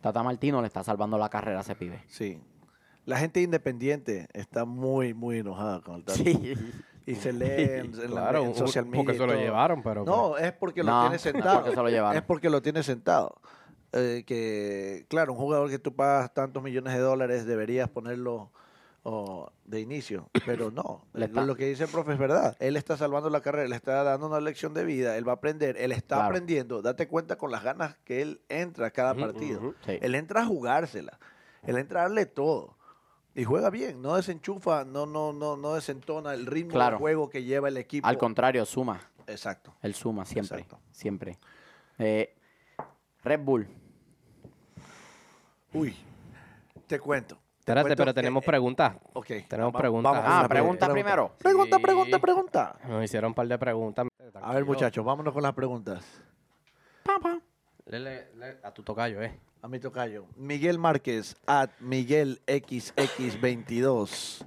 Tata Martino le está salvando la carrera a ese pibe. Sí. La gente independiente está muy, muy enojada <laughs> con el Tata. Sí. Y se lee en, en la- Claro, en un- social media. porque y se lo todo. llevaron, pero- No, es porque No, lo tiene <laughs> es sentado. porque se lo llevaron. Es porque lo tiene sentado. Eh, que, claro, un jugador que tú pagas tantos millones de dólares deberías ponerlo oh, de inicio, pero no. eh, Le está- lo, lo que dice el profe es verdad. Él está salvando la carrera, le está dando una lección de vida, él va a aprender, él está Claro. aprendiendo. Date cuenta con las ganas que él entra a cada partido. ujú. Sí. Él entra a jugársela, él entra a darle todo. Y juega bien, no desenchufa, no, no, no, no desentona el ritmo Claro. del juego que lleva el equipo. Al contrario, suma. Exacto. Él suma siempre. Exacto. Siempre. Eh, Red Bull. Uy, te cuento. Te Espérate, cuento pero que- eh, tenemos preguntas. Ok. tenemos va- preguntas. vamos con Ah, la pregunta primero. Pregunta, Sí. pregunta, pregunta. Nos hicieron un par de preguntas. A ver, muchachos, vámonos con las preguntas. Lele, lele a tu tocayo, eh. A mi tocayo. Miguel Márquez, at Miguel XX22.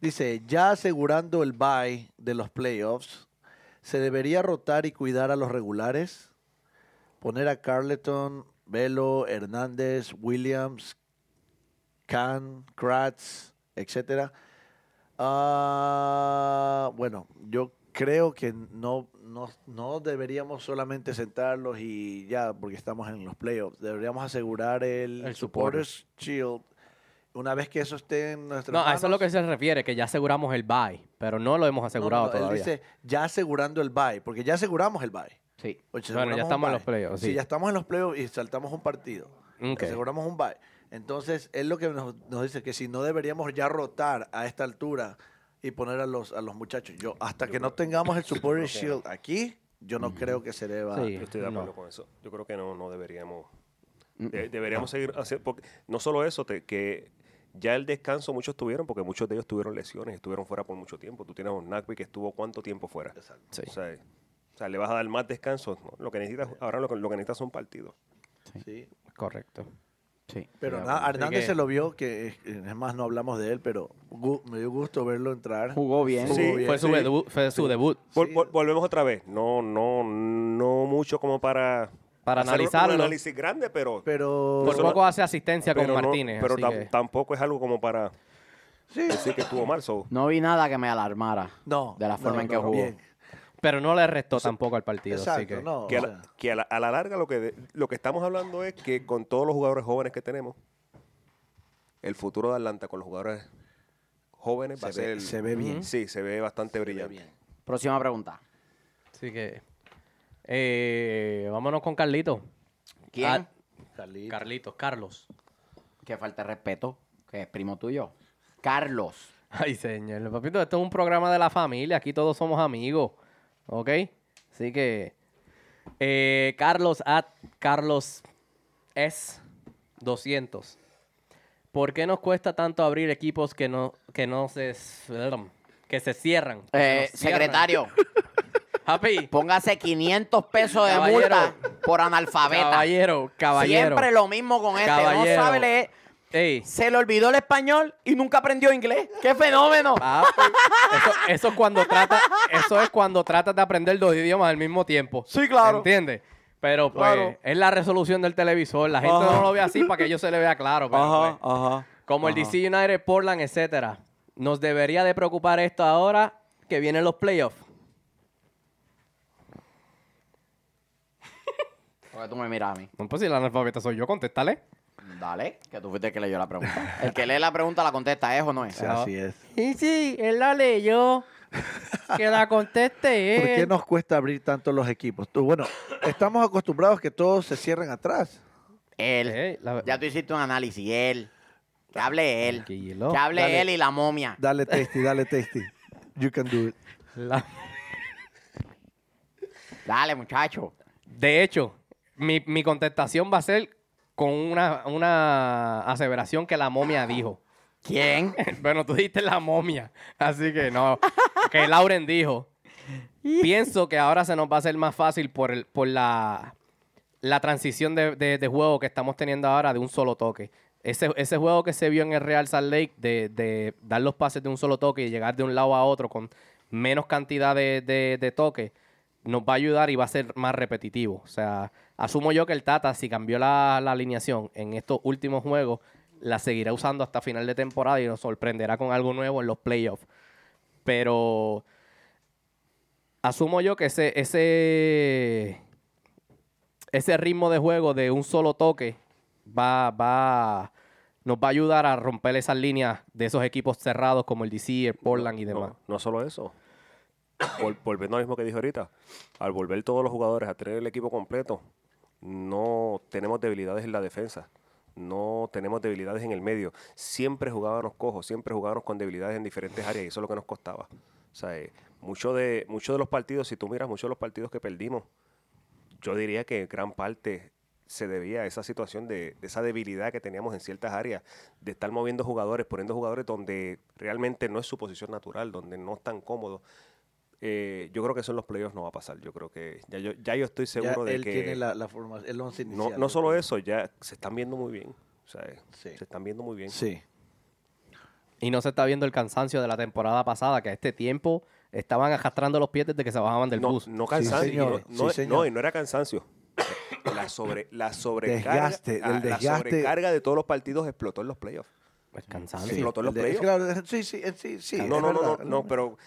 Dice, ya asegurando el bye de los playoffs, ¿se debería rotar y cuidar a los regulares? Poner a Carleton, Velo, Hernández, Williams, Khan, Kratz, etcétera. Ah, bueno, yo creo que no, no, no deberíamos solamente sentarlos y ya, porque estamos en los playoffs. Deberíamos asegurar el, El Supporters Shield. Una vez que eso esté en nuestras No, a eso es lo manos- que se refiere, que ya aseguramos el bye, pero no lo hemos asegurado no, no, todavía. Él dice, ya asegurando el bye, porque ya aseguramos el bye. Sí. Bueno, O ya aseguramos un estamos en bye. los playoffs, sí. ya estamos en los playoffs y saltamos un partido. Ok. Aseguramos un bye. Entonces, es lo que nos, nos dice que si no deberíamos ya rotar a esta altura y poner a los, a los muchachos. Yo, hasta que no tengamos el Supporter Shield aquí, yo no creo que se deba. Sí. Yo estoy de acuerdo No. con eso. Yo creo que no, no deberíamos. de- deberíamos seguir haciendo. Porque no solo eso, te- que ya el descanso muchos tuvieron, porque muchos de ellos tuvieron lesiones, estuvieron fuera por mucho tiempo. Tú tienes a un Nagby que estuvo cuánto tiempo fuera. Sí. O, sea, o sea, le vas a dar más descanso. No, Lo que necesitas, ahora lo, que- lo que necesitas son partidos. Sí. Correcto. Sí. Pero Ya, nada, bueno. Hernández Así que- se lo vio, que eh, es más, no hablamos de él, pero gu- me dio gusto verlo entrar. Jugó bien. Sí. Jugó bien. Fue su, sí. debu- fue su debut. Vol- vol- volvemos otra vez. No, no, no mucho como para para hacer un- analizarlo. Un análisis grande, pero, Pero. Por Eso poco no- hace asistencia pero con no- Martínez. pero así tam- que- tampoco es algo como para Sí. decir que estuvo mal. so, No vi nada que me alarmara No. de la forma no, en que no, jugó. bien. pero no le restó tampoco al partido. así Exacto, que, no. que a o la, sea, que a la- a la larga lo que, de- lo que estamos hablando es que con todos los jugadores jóvenes que tenemos, el futuro de Atlanta con los jugadores jóvenes va a se, ser... ve, se ve bien. Sí, se ve bastante brillante. Próxima pregunta. Así que. eh, vámonos con Carlito. ¿Quién? Ah, Carlito. Carlitos, Carlos. Que falta de respeto, que es primo tuyo. Carlos. <laughs> Ay, señor. Papito, esto es un programa de la familia. Aquí todos somos amigos. ¿Ok? Así que. eh, Carlos at Carlos es 200. ¿Por qué nos cuesta tanto abrir equipos que no, que no se. que se cierran? Que Eh, nos cierran? secretario, Happy. póngase 500 pesos de Caballero. multa por analfabeta. Caballero, caballero. Siempre lo mismo con este. Caballero. No sabe leer. Ey, Se le olvidó el español y nunca aprendió inglés. ¡Qué fenómeno! papi, eso, eso es cuando trata, eso es cuando tratas de aprender dos idiomas al mismo tiempo. Sí, claro. ¿Entiendes? Pero pues Claro. es la resolución del televisor. La gente Ajá. no lo ve así para que ellos se le vea claro. pero, pues, ajá. como el DC United, Portland, etcétera. ¿Nos debería de preocupar esto ahora que vienen los playoffs? Porque tú me miras a mí. No, pues si el analfabeta soy yo, contéstale. Dale, que tú fuiste el que leyó la pregunta. El que lee la pregunta la contesta, ¿es o no es? Sí, así es. Sí, sí, él la leyó. Que la conteste <laughs> ¿Por qué nos cuesta abrir tanto los equipos? Tú, bueno, estamos acostumbrados que todos se cierren atrás. Él. Ya tú hiciste un análisis, él. Que hable él. Tranquilo. Que hable Dale. él y la momia. Dale tasty, dale tasty. You can do it. Dale, muchacho. De hecho, mi, mi contestación va a ser con una, una aseveración que la momia dijo. <laughs> ¿Quién? bueno, tú dijiste la momia, así que no. Que Lauren dijo. Pienso que ahora se nos va a hacer más fácil por, el, por la, la transición de, de- de juego que estamos teniendo ahora de un solo toque. Ese, ese juego que se vio en el Real Salt Lake de, de dar los pases de un solo toque y llegar de un lado a otro con menos cantidad de, de, de toques nos va a ayudar y va a ser más repetitivo. O sea, asumo yo que el Tata, si cambió la, la alineación en estos últimos juegos, la seguirá usando hasta final de temporada y nos sorprenderá con algo nuevo en los playoffs. Pero asumo yo que ese, ese, ese ritmo de juego de un solo toque va, va, nos va a ayudar a romper esas líneas de esos equipos cerrados como el DC, el Portland y demás. No, no solo eso. Vol- volviendo a lo mismo que dije ahorita, al volver todos los jugadores a tener el equipo completo, no tenemos debilidades en la defensa, no tenemos debilidades en el medio. Siempre jugábamos cojos, siempre jugábamos con debilidades en diferentes áreas y eso es lo que nos costaba. O sea, eh, mucho de, muchos de los partidos, si tú miras muchos de los partidos que perdimos, yo diría que gran parte se debía a esa situación de, de esa debilidad que teníamos en ciertas áreas, de estar moviendo jugadores, poniendo jugadores donde realmente no es su posición natural, donde no están cómodos. Eh, yo creo que eso en los playoffs no va a pasar. Yo creo que ya yo, ya yo estoy Ya <laughs> seguro de él que tiene la, la formación, el once no, inicial. no yo solo creo. eso, ya se están viendo muy bien. o sea, eh, Sí. Se están viendo muy bien. Sí. Y no se está viendo el cansancio de la temporada pasada, que a este tiempo estaban arrastrando los pies desde que se bajaban del No, bus. no cansancio. señor, no, sí, no- no, señor. y no era cansancio. <coughs> La, sobre, la sobrecarga, Desgaste, el ah, la desgaste. sobrecarga de todos los partidos explotó en los playoffs. Es cansancio. Sí. Explotó en los El de- playoffs. claro, sí, sí, eh, sí, sí, Ah, no, es no, no, no, verdad. no, pero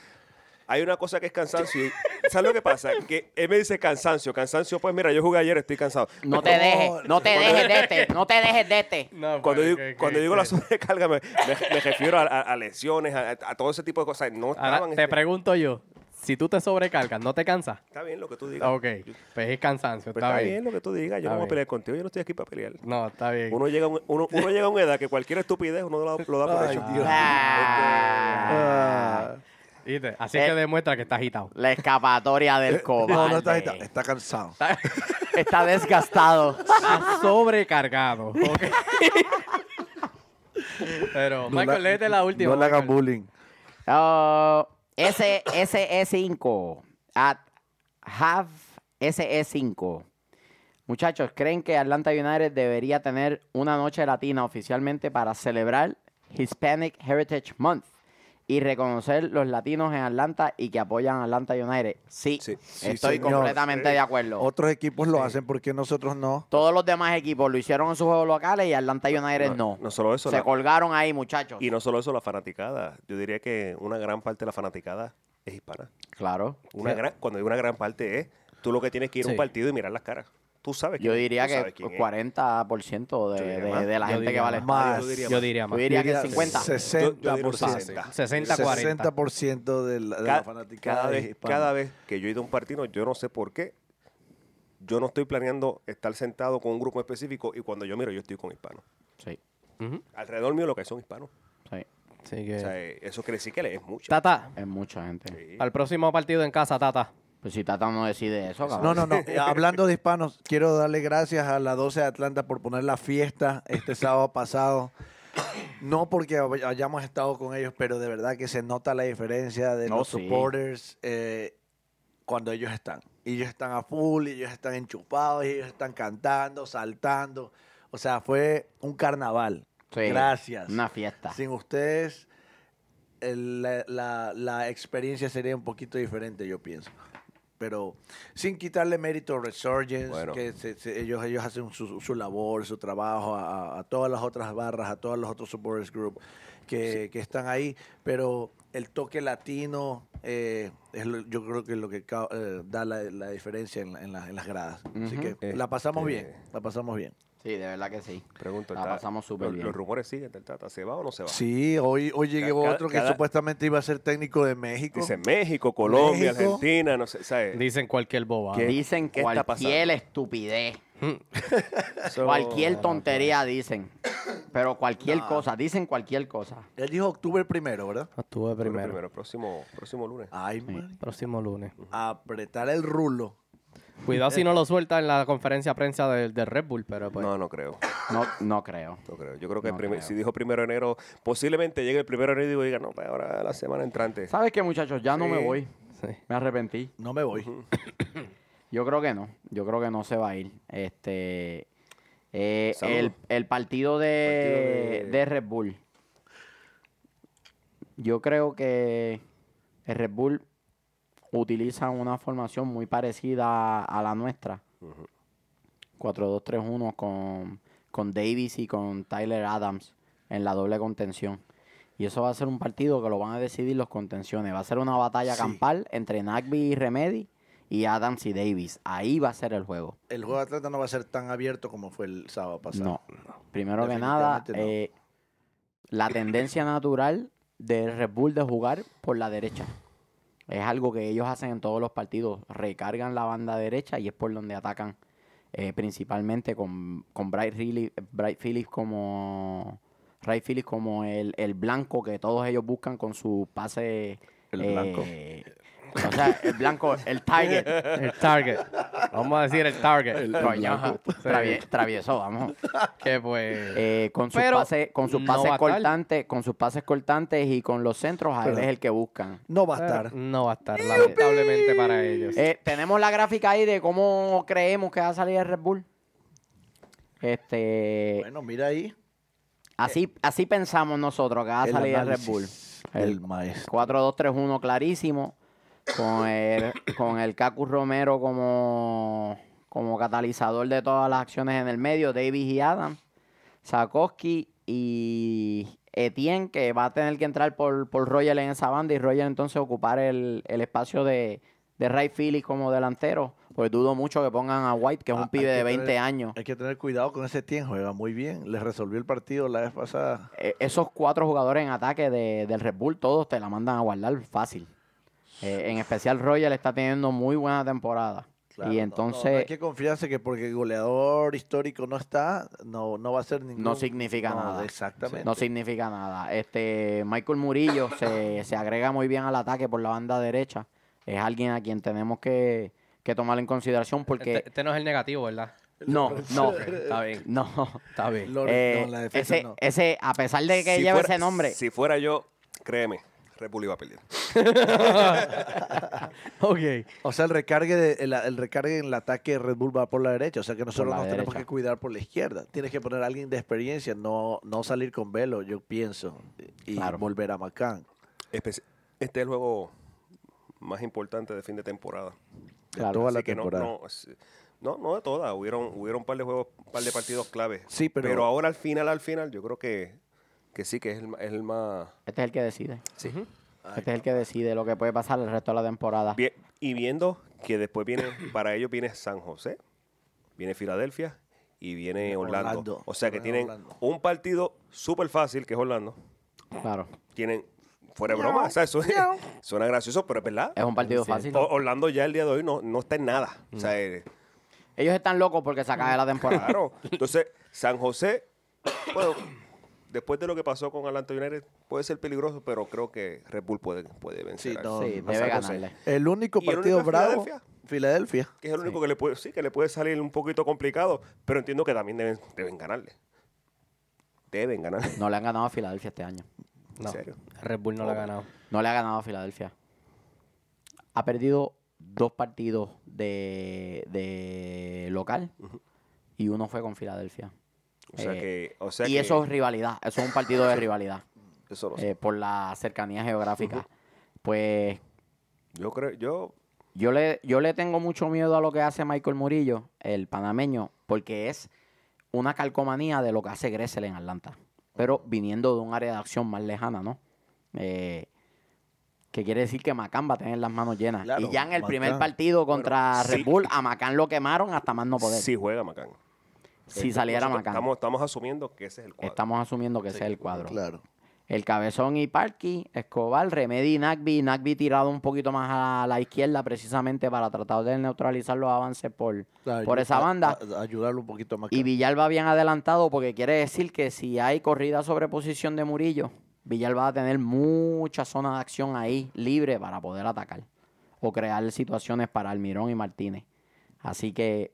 hay una cosa que es cansancio. y- ¿Sabes lo que pasa? Que él me dice cansancio. Cansancio, pues mira, yo jugué ayer, estoy cansado. No te dejes, no te dejes de este, no te dejes de este. Cuando, pues, digo, cuando digo la sobrecarga, me, me- me refiero a, a- a lesiones, a, a- a todo ese tipo de cosas. No Ahora, estaban. te este- pregunto yo, si tú te sobrecargas, ¿no te cansas? está bien lo que tú digas. Ok, pues es cansancio, Pero está, está bien. bien lo que tú digas. Yo Está no voy bien. a pelear contigo, yo no estoy aquí para pelear. No, está bien. Uno llega, a un- uno, uno llega a una edad que cualquier estupidez uno lo, lo da por Ay, hecho. Dios. Ah, Ah, ¿Viste? Así Eh. que demuestra que estás agitado. la escapatoria del cobarde. Eh, no, no está, agitado, está cansado. Está desgastado. Estás sobrecargado. <laughs> ok. Pero, No Michael, la- léete la última. No le hagan Michael. bullying. Oh, S- SE5. At have SE5. Muchachos, ¿creen que Atlanta United debería tener una noche latina oficialmente para celebrar Hispanic Heritage Month? y reconocer los latinos en Atlanta y que apoyan a Atlanta United. Sí, Sí. Sí, estoy señor. completamente de acuerdo. Otros equipos lo hacen, porque nosotros no? Todos los demás equipos lo hicieron en sus juegos locales y Atlanta United no. Este, No solo eso, Se la- colgaron ahí, muchachos. y no solo eso, la fanaticada. Yo diría que una gran parte de la fanaticada es hispana. Claro. Una gran, cuando digo una gran parte es, tú lo que tienes que ir a Sí. un partido y mirar las caras. Tú sabes Yo quién- diría tú que sabes quién es. 40% de, Yo diría de- más. de la Yo gente que diría vale. más. Yo diría Yo más. diría Yo más. diría que Diría 50. Yo- yo diría 60%. 60. 60-40. 60% de la, de la Ca- fanaticada es cada, vez, hispana. cada vez que yo he ido a un partido, yo no sé por qué. Yo no estoy planeando estar sentado con un grupo específico y cuando yo miro, yo estoy con hispanos. Sí, Ujú. Alrededor mío lo que son hispanos. sí. Así que- O sea, eh, eso quiere decir que lees mucho. Tata, Es mucha gente. Sí. al próximo partido en casa, Tata. Pues si Tata no decide eso, cabrón. No, no, <laughs> no. Eh, Hablando de hispanos, quiero darle gracias a la 12 de Atlanta por poner la fiesta este sábado pasado. No porque hab- hayamos estado con ellos, pero de verdad que se nota la diferencia de No, los sí. supporters eh, cuando ellos están. Y ellos están a full, y ellos están enchupados, y ellos están cantando, saltando. O sea, fue un carnaval. Sí, Gracias. Una fiesta. Sin ustedes, el- la, la- la experiencia sería un poquito diferente, yo pienso. Pero sin quitarle mérito a Resurgence, Bueno. que se- se- ellos, ellos hacen su, su labor, su trabajo, a, a- a todas las otras barras, a todos los otros supporters group que, que están ahí. Pero el toque latino eh, es lo- yo creo que es lo que ca- eh, da la, la diferencia en, la- en las- en las gradas. Así que Ujú. la pasamos Este- bien, la pasamos bien. Sí, de verdad que sí. Pregunto, La ¿está- pasamos súper lo- bien. Los rumores siguen del Tata. ¿Se va o no se va? Sí, hoy, hoy llegó Cada- otro que cada- supuestamente iba a ser técnico de México. Dice México, Colombia, México. Argentina, no sé, ¿sabes? Dicen cualquier boba. ¿Qué? Dicen ¿Qué está cualquier pasando? estupidez. Eso- Cualquier tontería dicen. Pero cualquier No. cosa, dicen cualquier cosa. Él dijo octubre primero, Ah, ¿verdad? Estuve Bueno, primero. primero, próximo, próximo lunes. Ay, man. Próximo lunes. apretar el rulo. Cuidado <laughs> si no lo suelta en la conferencia de prensa del de Red Bull, pero pues. No, no creo. No, no creo. No creo. Yo creo que el No primer- creo. si dijo primero de enero, posiblemente llegue el primero de enero y digo, diga, no, pues ahora la semana entrante. ¿Sabes qué, muchachos? Ya no me Sí. voy. Sí. Me arrepentí. No me voy. Yo creo que no. Yo creo que no se va a ir. Este. eh, Saludos. el, el partido de, Partido de- de Red Bull. Yo creo que el Red Bull utiliza una formación muy parecida a la nuestra. 4-2-3-1 con, con Davis y con Tyler Adams en la doble contención. Y eso va a ser un partido que lo van a decidir los contenciones. Va a ser una batalla Sí. campal entre Nagby y Remedy y Adams y Davis. Ahí va a ser el juego. El juego de Atlanta no va a ser tan abierto como fue el sábado pasado. no. Primero que nada, Definitivamente eh, la tendencia natural del Red Bull de jugar por la derecha. Es algo que ellos hacen en todos los partidos. Recargan la banda derecha y es por donde atacan. eh, principalmente con, con Bright, Reilly- Bright Phillips como. Ray Phillips como el, el blanco que todos ellos buscan con su pase. El eh, blanco. O sea, el blanco, el target. <laughs> El target. Vamos a decir el target. Coño, ajá. Sí. Travie- travieso, vamos. Que pues. Eh, con sus Pero pases, con sus no pases va a estar. cortantes, con sus pases cortantes y con los centros, a él Pero- es el que buscan. No va a estar. eh, No va a estar, lamentablemente para ellos. Eh, tenemos la gráfica ahí de cómo creemos que va a salir el Red Bull. Este, Bueno, mira ahí. así, eh, así pensamos nosotros que va a el salir el Red análisis Bull. del El- maestro. 4-2-3-1 clarísimo. Con el, con el Cacu Romero como, como catalizador de todas las acciones en el medio. Davis y Adam. Sakoski y Etienne, que va a tener que entrar por, por Roger en esa banda. Y Roger entonces ocupar el, el espacio de, de Ray Phillips como delantero. Pues dudo mucho que pongan a White, que es Ah, un hay pibe que de tener- 20 años. Hay que tener cuidado con ese tiempo. Juega muy bien. Les resolvió el partido la vez pasada. eh, esos cuatro jugadores en ataque de- del Red Bull, todos te la mandan a guardar fácil. Eh, en especial Roger está teniendo muy buena temporada. Claro, no, y no, entonces no hay que confiarse que porque el goleador histórico no está, no, no va a ser ningún. no significa No, nada. Exactamente. No significa nada. Este Michael Murillo se, se agrega muy bien al ataque por la banda derecha. Es alguien a quien tenemos que, que tomar en consideración porque... Este, este no es el negativo, ¿verdad? No, no, Está bien. no. Está bien. Lo- Eh, no, la defensa ese, no. ese, a pesar de que Si lleva fuera- ese nombre, Si fuera yo, créeme, República va a perder. Ok. O sea, el recargue, de- el, el recargue en el ataque de Red Bull va por la derecha. O sea, que nosotros la nos tenemos derecha. que cuidar por la izquierda. Tienes que poner a alguien de experiencia, no, no salir con velo, yo pienso. Y Claro. volver a Macán. Espe- Este es el juego más importante de fin de temporada. De Claro, toda la Así que no- temporada. No, es- no, no de todas. Hubieron, hubieron un par de juegos, un par de partidos claves. Sí, pero- ahora al final, al final, yo creo que, que sí, que es el, ma- es el más. Este es el que decide. Sí. Este es el que decide lo que puede pasar el resto de la temporada. Bien- y viendo que después viene, para ellos viene San José, viene Filadelfia y viene Orlando. Orlando. O sea que Viene tienen Orlando. un partido súper fácil, que es Orlando. Claro. Tienen, fuera de broma, o sea, eso es- <laughs> suena gracioso, pero es verdad. Es un partido Sí. fácil. O- Orlando ya el día de hoy no, no está en nada. O sea, Mm. eh, Ellos están locos porque se acaba la <laughs> temporada. <laughs> claro. Entonces, San José, bueno, después de lo que pasó con Atlanta United, puede ser peligroso, pero creo que Red Bull puede, puede vencer. Sí, a- no. Sí, San debe José. ganarle. El único ¿Y el partido único es bravo. Filadelfia? Filadelfia. Que es el único que le puede, sí, que le puede salir un poquito complicado, pero entiendo que también deben, deben ganarle. Deben ganarle. No le han ganado a Filadelfia este año. No, serio? Red Bull no la ha ganado. No le ha ganado a Filadelfia. Ha perdido dos partidos de, de local y uno fue con Filadelfia. O sea Eh, que, o sea y que- eso es rivalidad. Eso es un partido de <laughs> rivalidad eso lo sé. eh, por la cercanía geográfica. Pues Yo creo, yo, yo le, yo le tengo mucho miedo a lo que hace Michael Murillo, el panameño, porque es una calcomanía de lo que hace Gressel en Atlanta. Pero viniendo de un área de acción más lejana, ¿no? Eh, que quiere decir que Macán va a tener las manos llenas. Claro, y ya en el primer Macán. partido contra sí. Red Bull, a Macán lo quemaron hasta más no poder. sí juega Macán. Eh, Si saliera Nosotros Macán. Estamos, Estamos, estamos asumiendo que ese es el cuadro. asumiendo que ese es el cuadro. Claro. El Cabezón y Parky, Escobar, Remedy y Nagby. Nagby tirado un poquito más a la izquierda precisamente para tratar de neutralizar los avances por, Claro, por ayu- esa a- banda. a- a ayudarlo un poquito más. Y Villalba bien adelantado porque quiere decir que si hay corrida sobre posición de Murillo, Villalba va a tener mucha zona de acción ahí libre para poder atacar o crear situaciones para Almirón y Martínez. Así que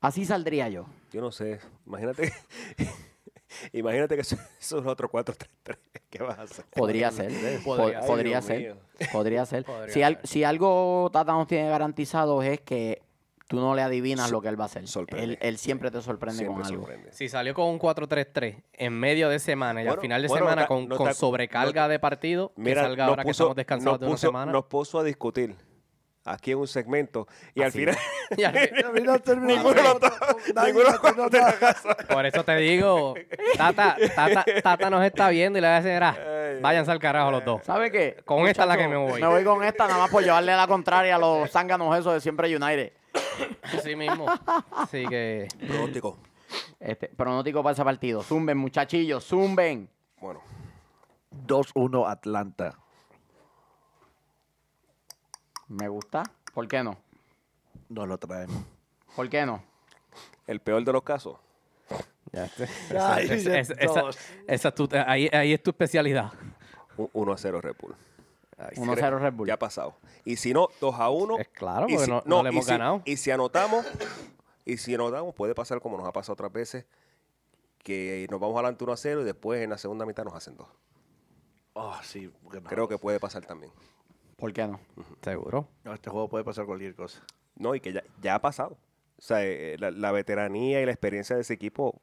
así saldría yo. Yo no sé. Imagínate. <laughs> imagínate que eso, eso es otro 4-3-3. ¿Qué vas a hacer? Podría ser. po- Podría- Podría, Ay, Dios mío. ser. Podría <laughs> ser. Podría si, al- ser. si algo Tata nos tiene garantizado es que tú no le adivinas lo que él va a hacer. sorprende. Él, él siempre te sorprende Siempre con algo. sorprende. Si salió con un 4-3-3 en medio de semana y Bueno, al final de bueno, semana no ta- con, no con ta- sobrecarga de partido, que salga nos ahora que puso- estamos descansados nos de una puso- semana. <laughs> Nos puso a discutir aquí en un segmento y al final Y al fin- ninguno lo to- <laughs> ninguno <laughs> lo contó en la casa. Por eso te digo, Tata, tata, tata nos está viendo y le va a decir, "Ah, váyanse al carajo los dos. ¿Sabe qué? Con esta es la que me voy. Me voy con esta nada más <laughs> por llevarle la contraria a los zánganos esos de siempre United. Así mismo. Así que... Pronóstico. Este, pronóstico para ese partido. Zumben, muchachillos, zumben. Bueno, 2-1 Atlanta. Me gusta. ¿Por qué no? Nos lo traemos. ¿Por qué no? el peor de los casos. Esa- Ay, esa- esa- Dios. esa- esa es tu- ahí, ahí es tu especialidad. 1 a 0 Red Bull. 1-0 Red Bull. Ya ha pasado. Y si no, 2 a 1. Es claro, porque no- no le hemos ganado. Y si anotamos, y si anotamos, puede pasar como nos ha pasado otras veces, que nos vamos adelante 1 a 0 y después en la segunda mitad nos hacen 2. Oh, sí, porque no. Creo que pues. puede pasar también. ¿Por qué no? Seguro. No, este juego puede pasar cualquier cosa. No, y que ya, ya ha pasado. O sea, eh, la, la veteranía y la experiencia de ese equipo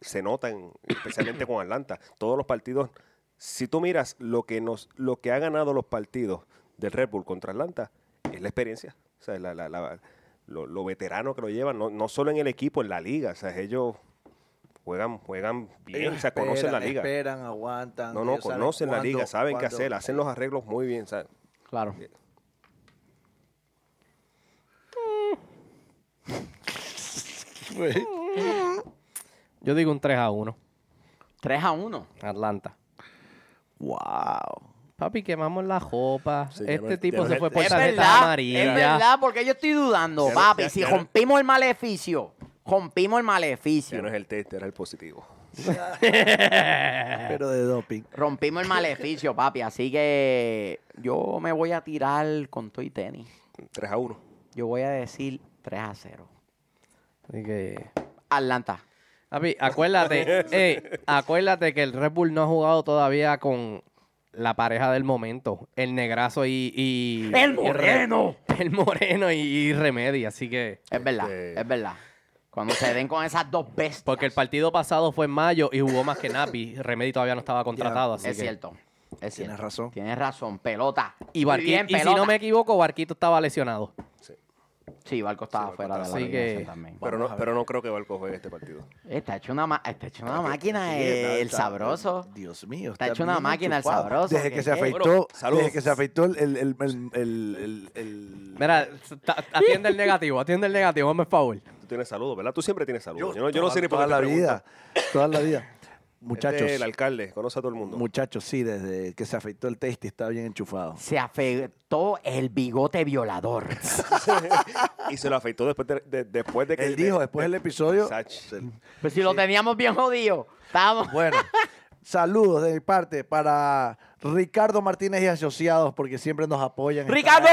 se notan, especialmente con Atlanta. Todos los partidos, si tú miras lo que nos, lo que ha ganado los partidos del Red Bull contra Atlanta, es la experiencia. O sea, la- la- la- lo, lo veterano que lo llevan, no, no solo en el equipo, en la liga. O sea, ellos juegan, juegan bien, o sea, conocen la Esperan, liga. Esperan, aguantan. No, no, ellos saben conocen la liga, cuándo- saben qué cuándo- hacer, hacen los arreglos muy bien. o sea, <laughs> Claro. Yo digo un 3 a 1. 3 a 1. Atlanta. Wow. Papi, quemamos la jopa. Sí, ya este no- tipo ya se no- fue por Es tarjeta verdad, amarilla. es verdad, porque yo estoy dudando, Ya no- papi. ya- si ya no- rompimos el maleficio, rompimos el ya maleficio. no es el test, era el positivo. Eh. Pero de doping. Rompimos el <laughs> maleficio, papi. Así que yo me voy a tirar con Toy Tenis. 3 a 1. Yo voy a decir 3 a 0. Así que... Atlanta. Papi, <laughs> acuérdate, ey, acuérdate que el Red Bull no ha jugado todavía con la pareja del momento, el negrazo y... y- ¡El y Re- moreno! el moreno y, y Remedy, así que... Es verdad, Este- es verdad. Cuando se den con esas dos bestias. Porque el partido pasado fue en mayo y jugó más que Napi, Remedy todavía no estaba contratado, así Es que... cierto. Es Tienes cierto. razón. Tienes razón, pelota. Y, Muy Barqui- bien, y si pelota. no me equivoco, Barquito estaba lesionado. Sí, Barco estaba Barco fuera de la estaba- Así alineación que- también. Pero Vamos a no, ver. pero no creo que Barco juegue este partido. Está hecho una, ma- está hecho una Ah, máquina Sí, está- eh, el está- sabroso. Dios mío. Está hecho una bien máquina el enchufado. sabroso, Desde ¿qué que se es? afeitó, Saludos. desde que se afeitó el, el, el, el, el- el- el- Mira, ta- atiende el negativo, atiende el negativo, hazme el favor. Tú tienes saludos, ¿verdad? Tú siempre tienes saludos. Yo, no- yo no toda- sé ni por toda qué la te pregunto. vida, toda la vida. Este Muchachos, es el alcalde, conoce a todo el mundo. muchachos, sí, desde que se afeitó el tasty está bien enchufado. Se afectó el bigote violador. y se lo afeitó después de, de- después de que... Él dijo después del episodio. Sach. se- Pues si lo teníamos bien jodido. <laughs> Estábamos. Bueno, saludos de mi parte para Ricardo Martínez y asociados, porque siempre nos apoyan. Están ¡Ricardo!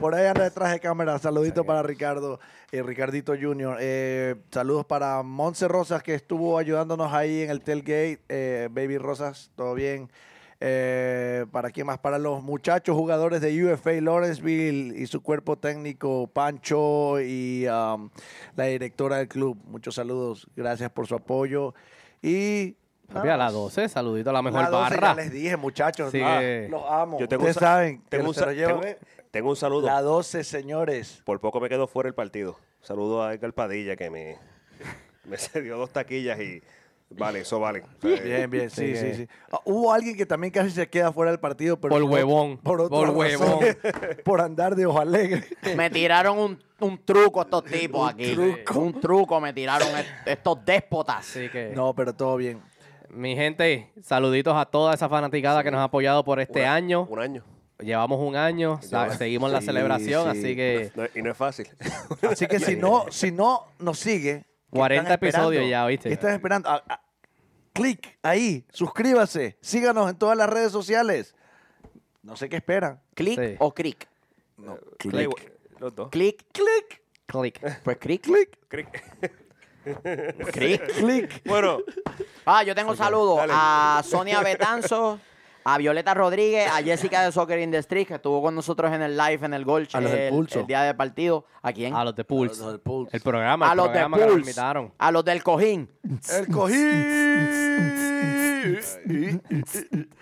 Por ahí anda detrás de cámara. Saludito para Ricardo, eh, Ricardito Junior. Eh, saludos para Monse Rosas, que estuvo ayudándonos ahí en el tailgate. Eh, Baby Rosas, todo bien. Eh, para quién más, para los muchachos jugadores de UFA Lawrenceville y su cuerpo técnico Pancho y um, la directora del club. Muchos saludos, gracias por su apoyo. Y Papi, a las 12, saludito a la mejor la 12 ya barra. les dije, muchachos, Sí, ah, eh. los amo. Yo tengo Ustedes un sa- saben, que tengo un, se sa- lo llevan. tengo- tengo un saludo. la 12, señores. Por poco me quedo fuera el partido. Saludo a Edgar Padilla que me, me <laughs> cedió dos taquillas y... Vale, eso vale. O sea, Bien, bien, sí, sí, que- sí. Ah, hubo alguien que también casi se queda fuera del partido, pero Por ot- huevón, Por, otras por huevón. razones, <laughs> por andar de ojo alegre. Me tiraron un, un truco estos tipos aquí. Un truco me tiraron est- estos déspotas. Así que, No, pero todo bien. mi gente, saluditos a toda esa fanaticada que nos ha apoyado por este una- año. Un año. Llevamos un año, sa- seguimos la Sí, celebración, sí. así que No es- y no es fácil. Así que si no, si no nos sigue. ¿qué 40 están esperando? episodios ya, ¿oíste? ¿Qué están esperando? Ah, ah, clic ahí, suscríbase, síganos en todas las redes sociales. No sé qué esperan. ¿Click Sí. o crick? No, Da Eh, clic. igual, Los dos. ¿Click? ¿Click? click. Pues crick. ¿Click? Cric. <laughs> ¿Crick? Clic. Bueno, Ah, yo tengo saludos dale. a Sonia Betanzo, a Violeta Rodríguez, a Jessica de Soccer in the Street, que estuvo con nosotros en el live en el Golch A los del el, Pulso. el día del partido. ¿A quién? A los de Pulse. los de Pulse. El programa, el A los de programa que nos Pulse. invitaron. A los del Cojín. El cojín.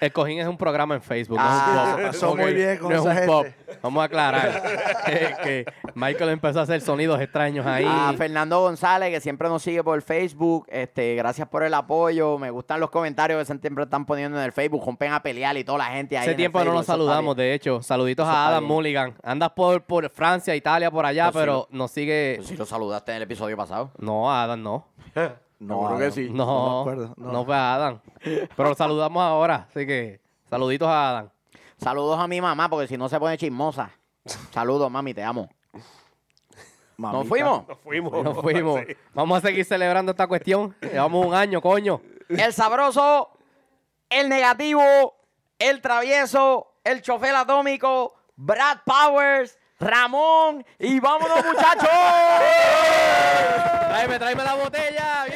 El Cojín es un programa en Facebook. Ah, no es un pop. pasó Ok, muy bien con no es esa un gente. pop. Vamos a aclarar <laughs> que Michael empezó a hacer sonidos extraños ahí. A Fernando González, que siempre nos sigue por Facebook. Este, gracias por el apoyo. Me gustan los comentarios que siempre están poniendo en el Facebook. Rompen a pelear y toda la gente ahí. Hace en el tiempo no Facebook, nos eso está saludamos, bien. de hecho. Saluditos Eso está a Adam bien. Mulligan. Andas por, por Francia, Italia, por allá, pero nos sigue. Tú Pues sí lo saludaste en el episodio pasado. No, Adam no. No, Seguro que Adam, sí. No, No me no, acuerdo, no. fue a Adam. Pero lo saludamos ahora, así que saluditos a Adam. Saludos a mi mamá, porque si no se pone chismosa. Saludos, mami, te amo. Mamita. ¿Nos fuimos? nos fuimos. Oh, Nos fuimos. Vamos a seguir celebrando esta cuestión. Llevamos un año, coño. El sabroso, el negativo, el travieso, el chofer atómico, Brad Powers, Ramón y vámonos muchachos. Tráeme, tráeme la botella.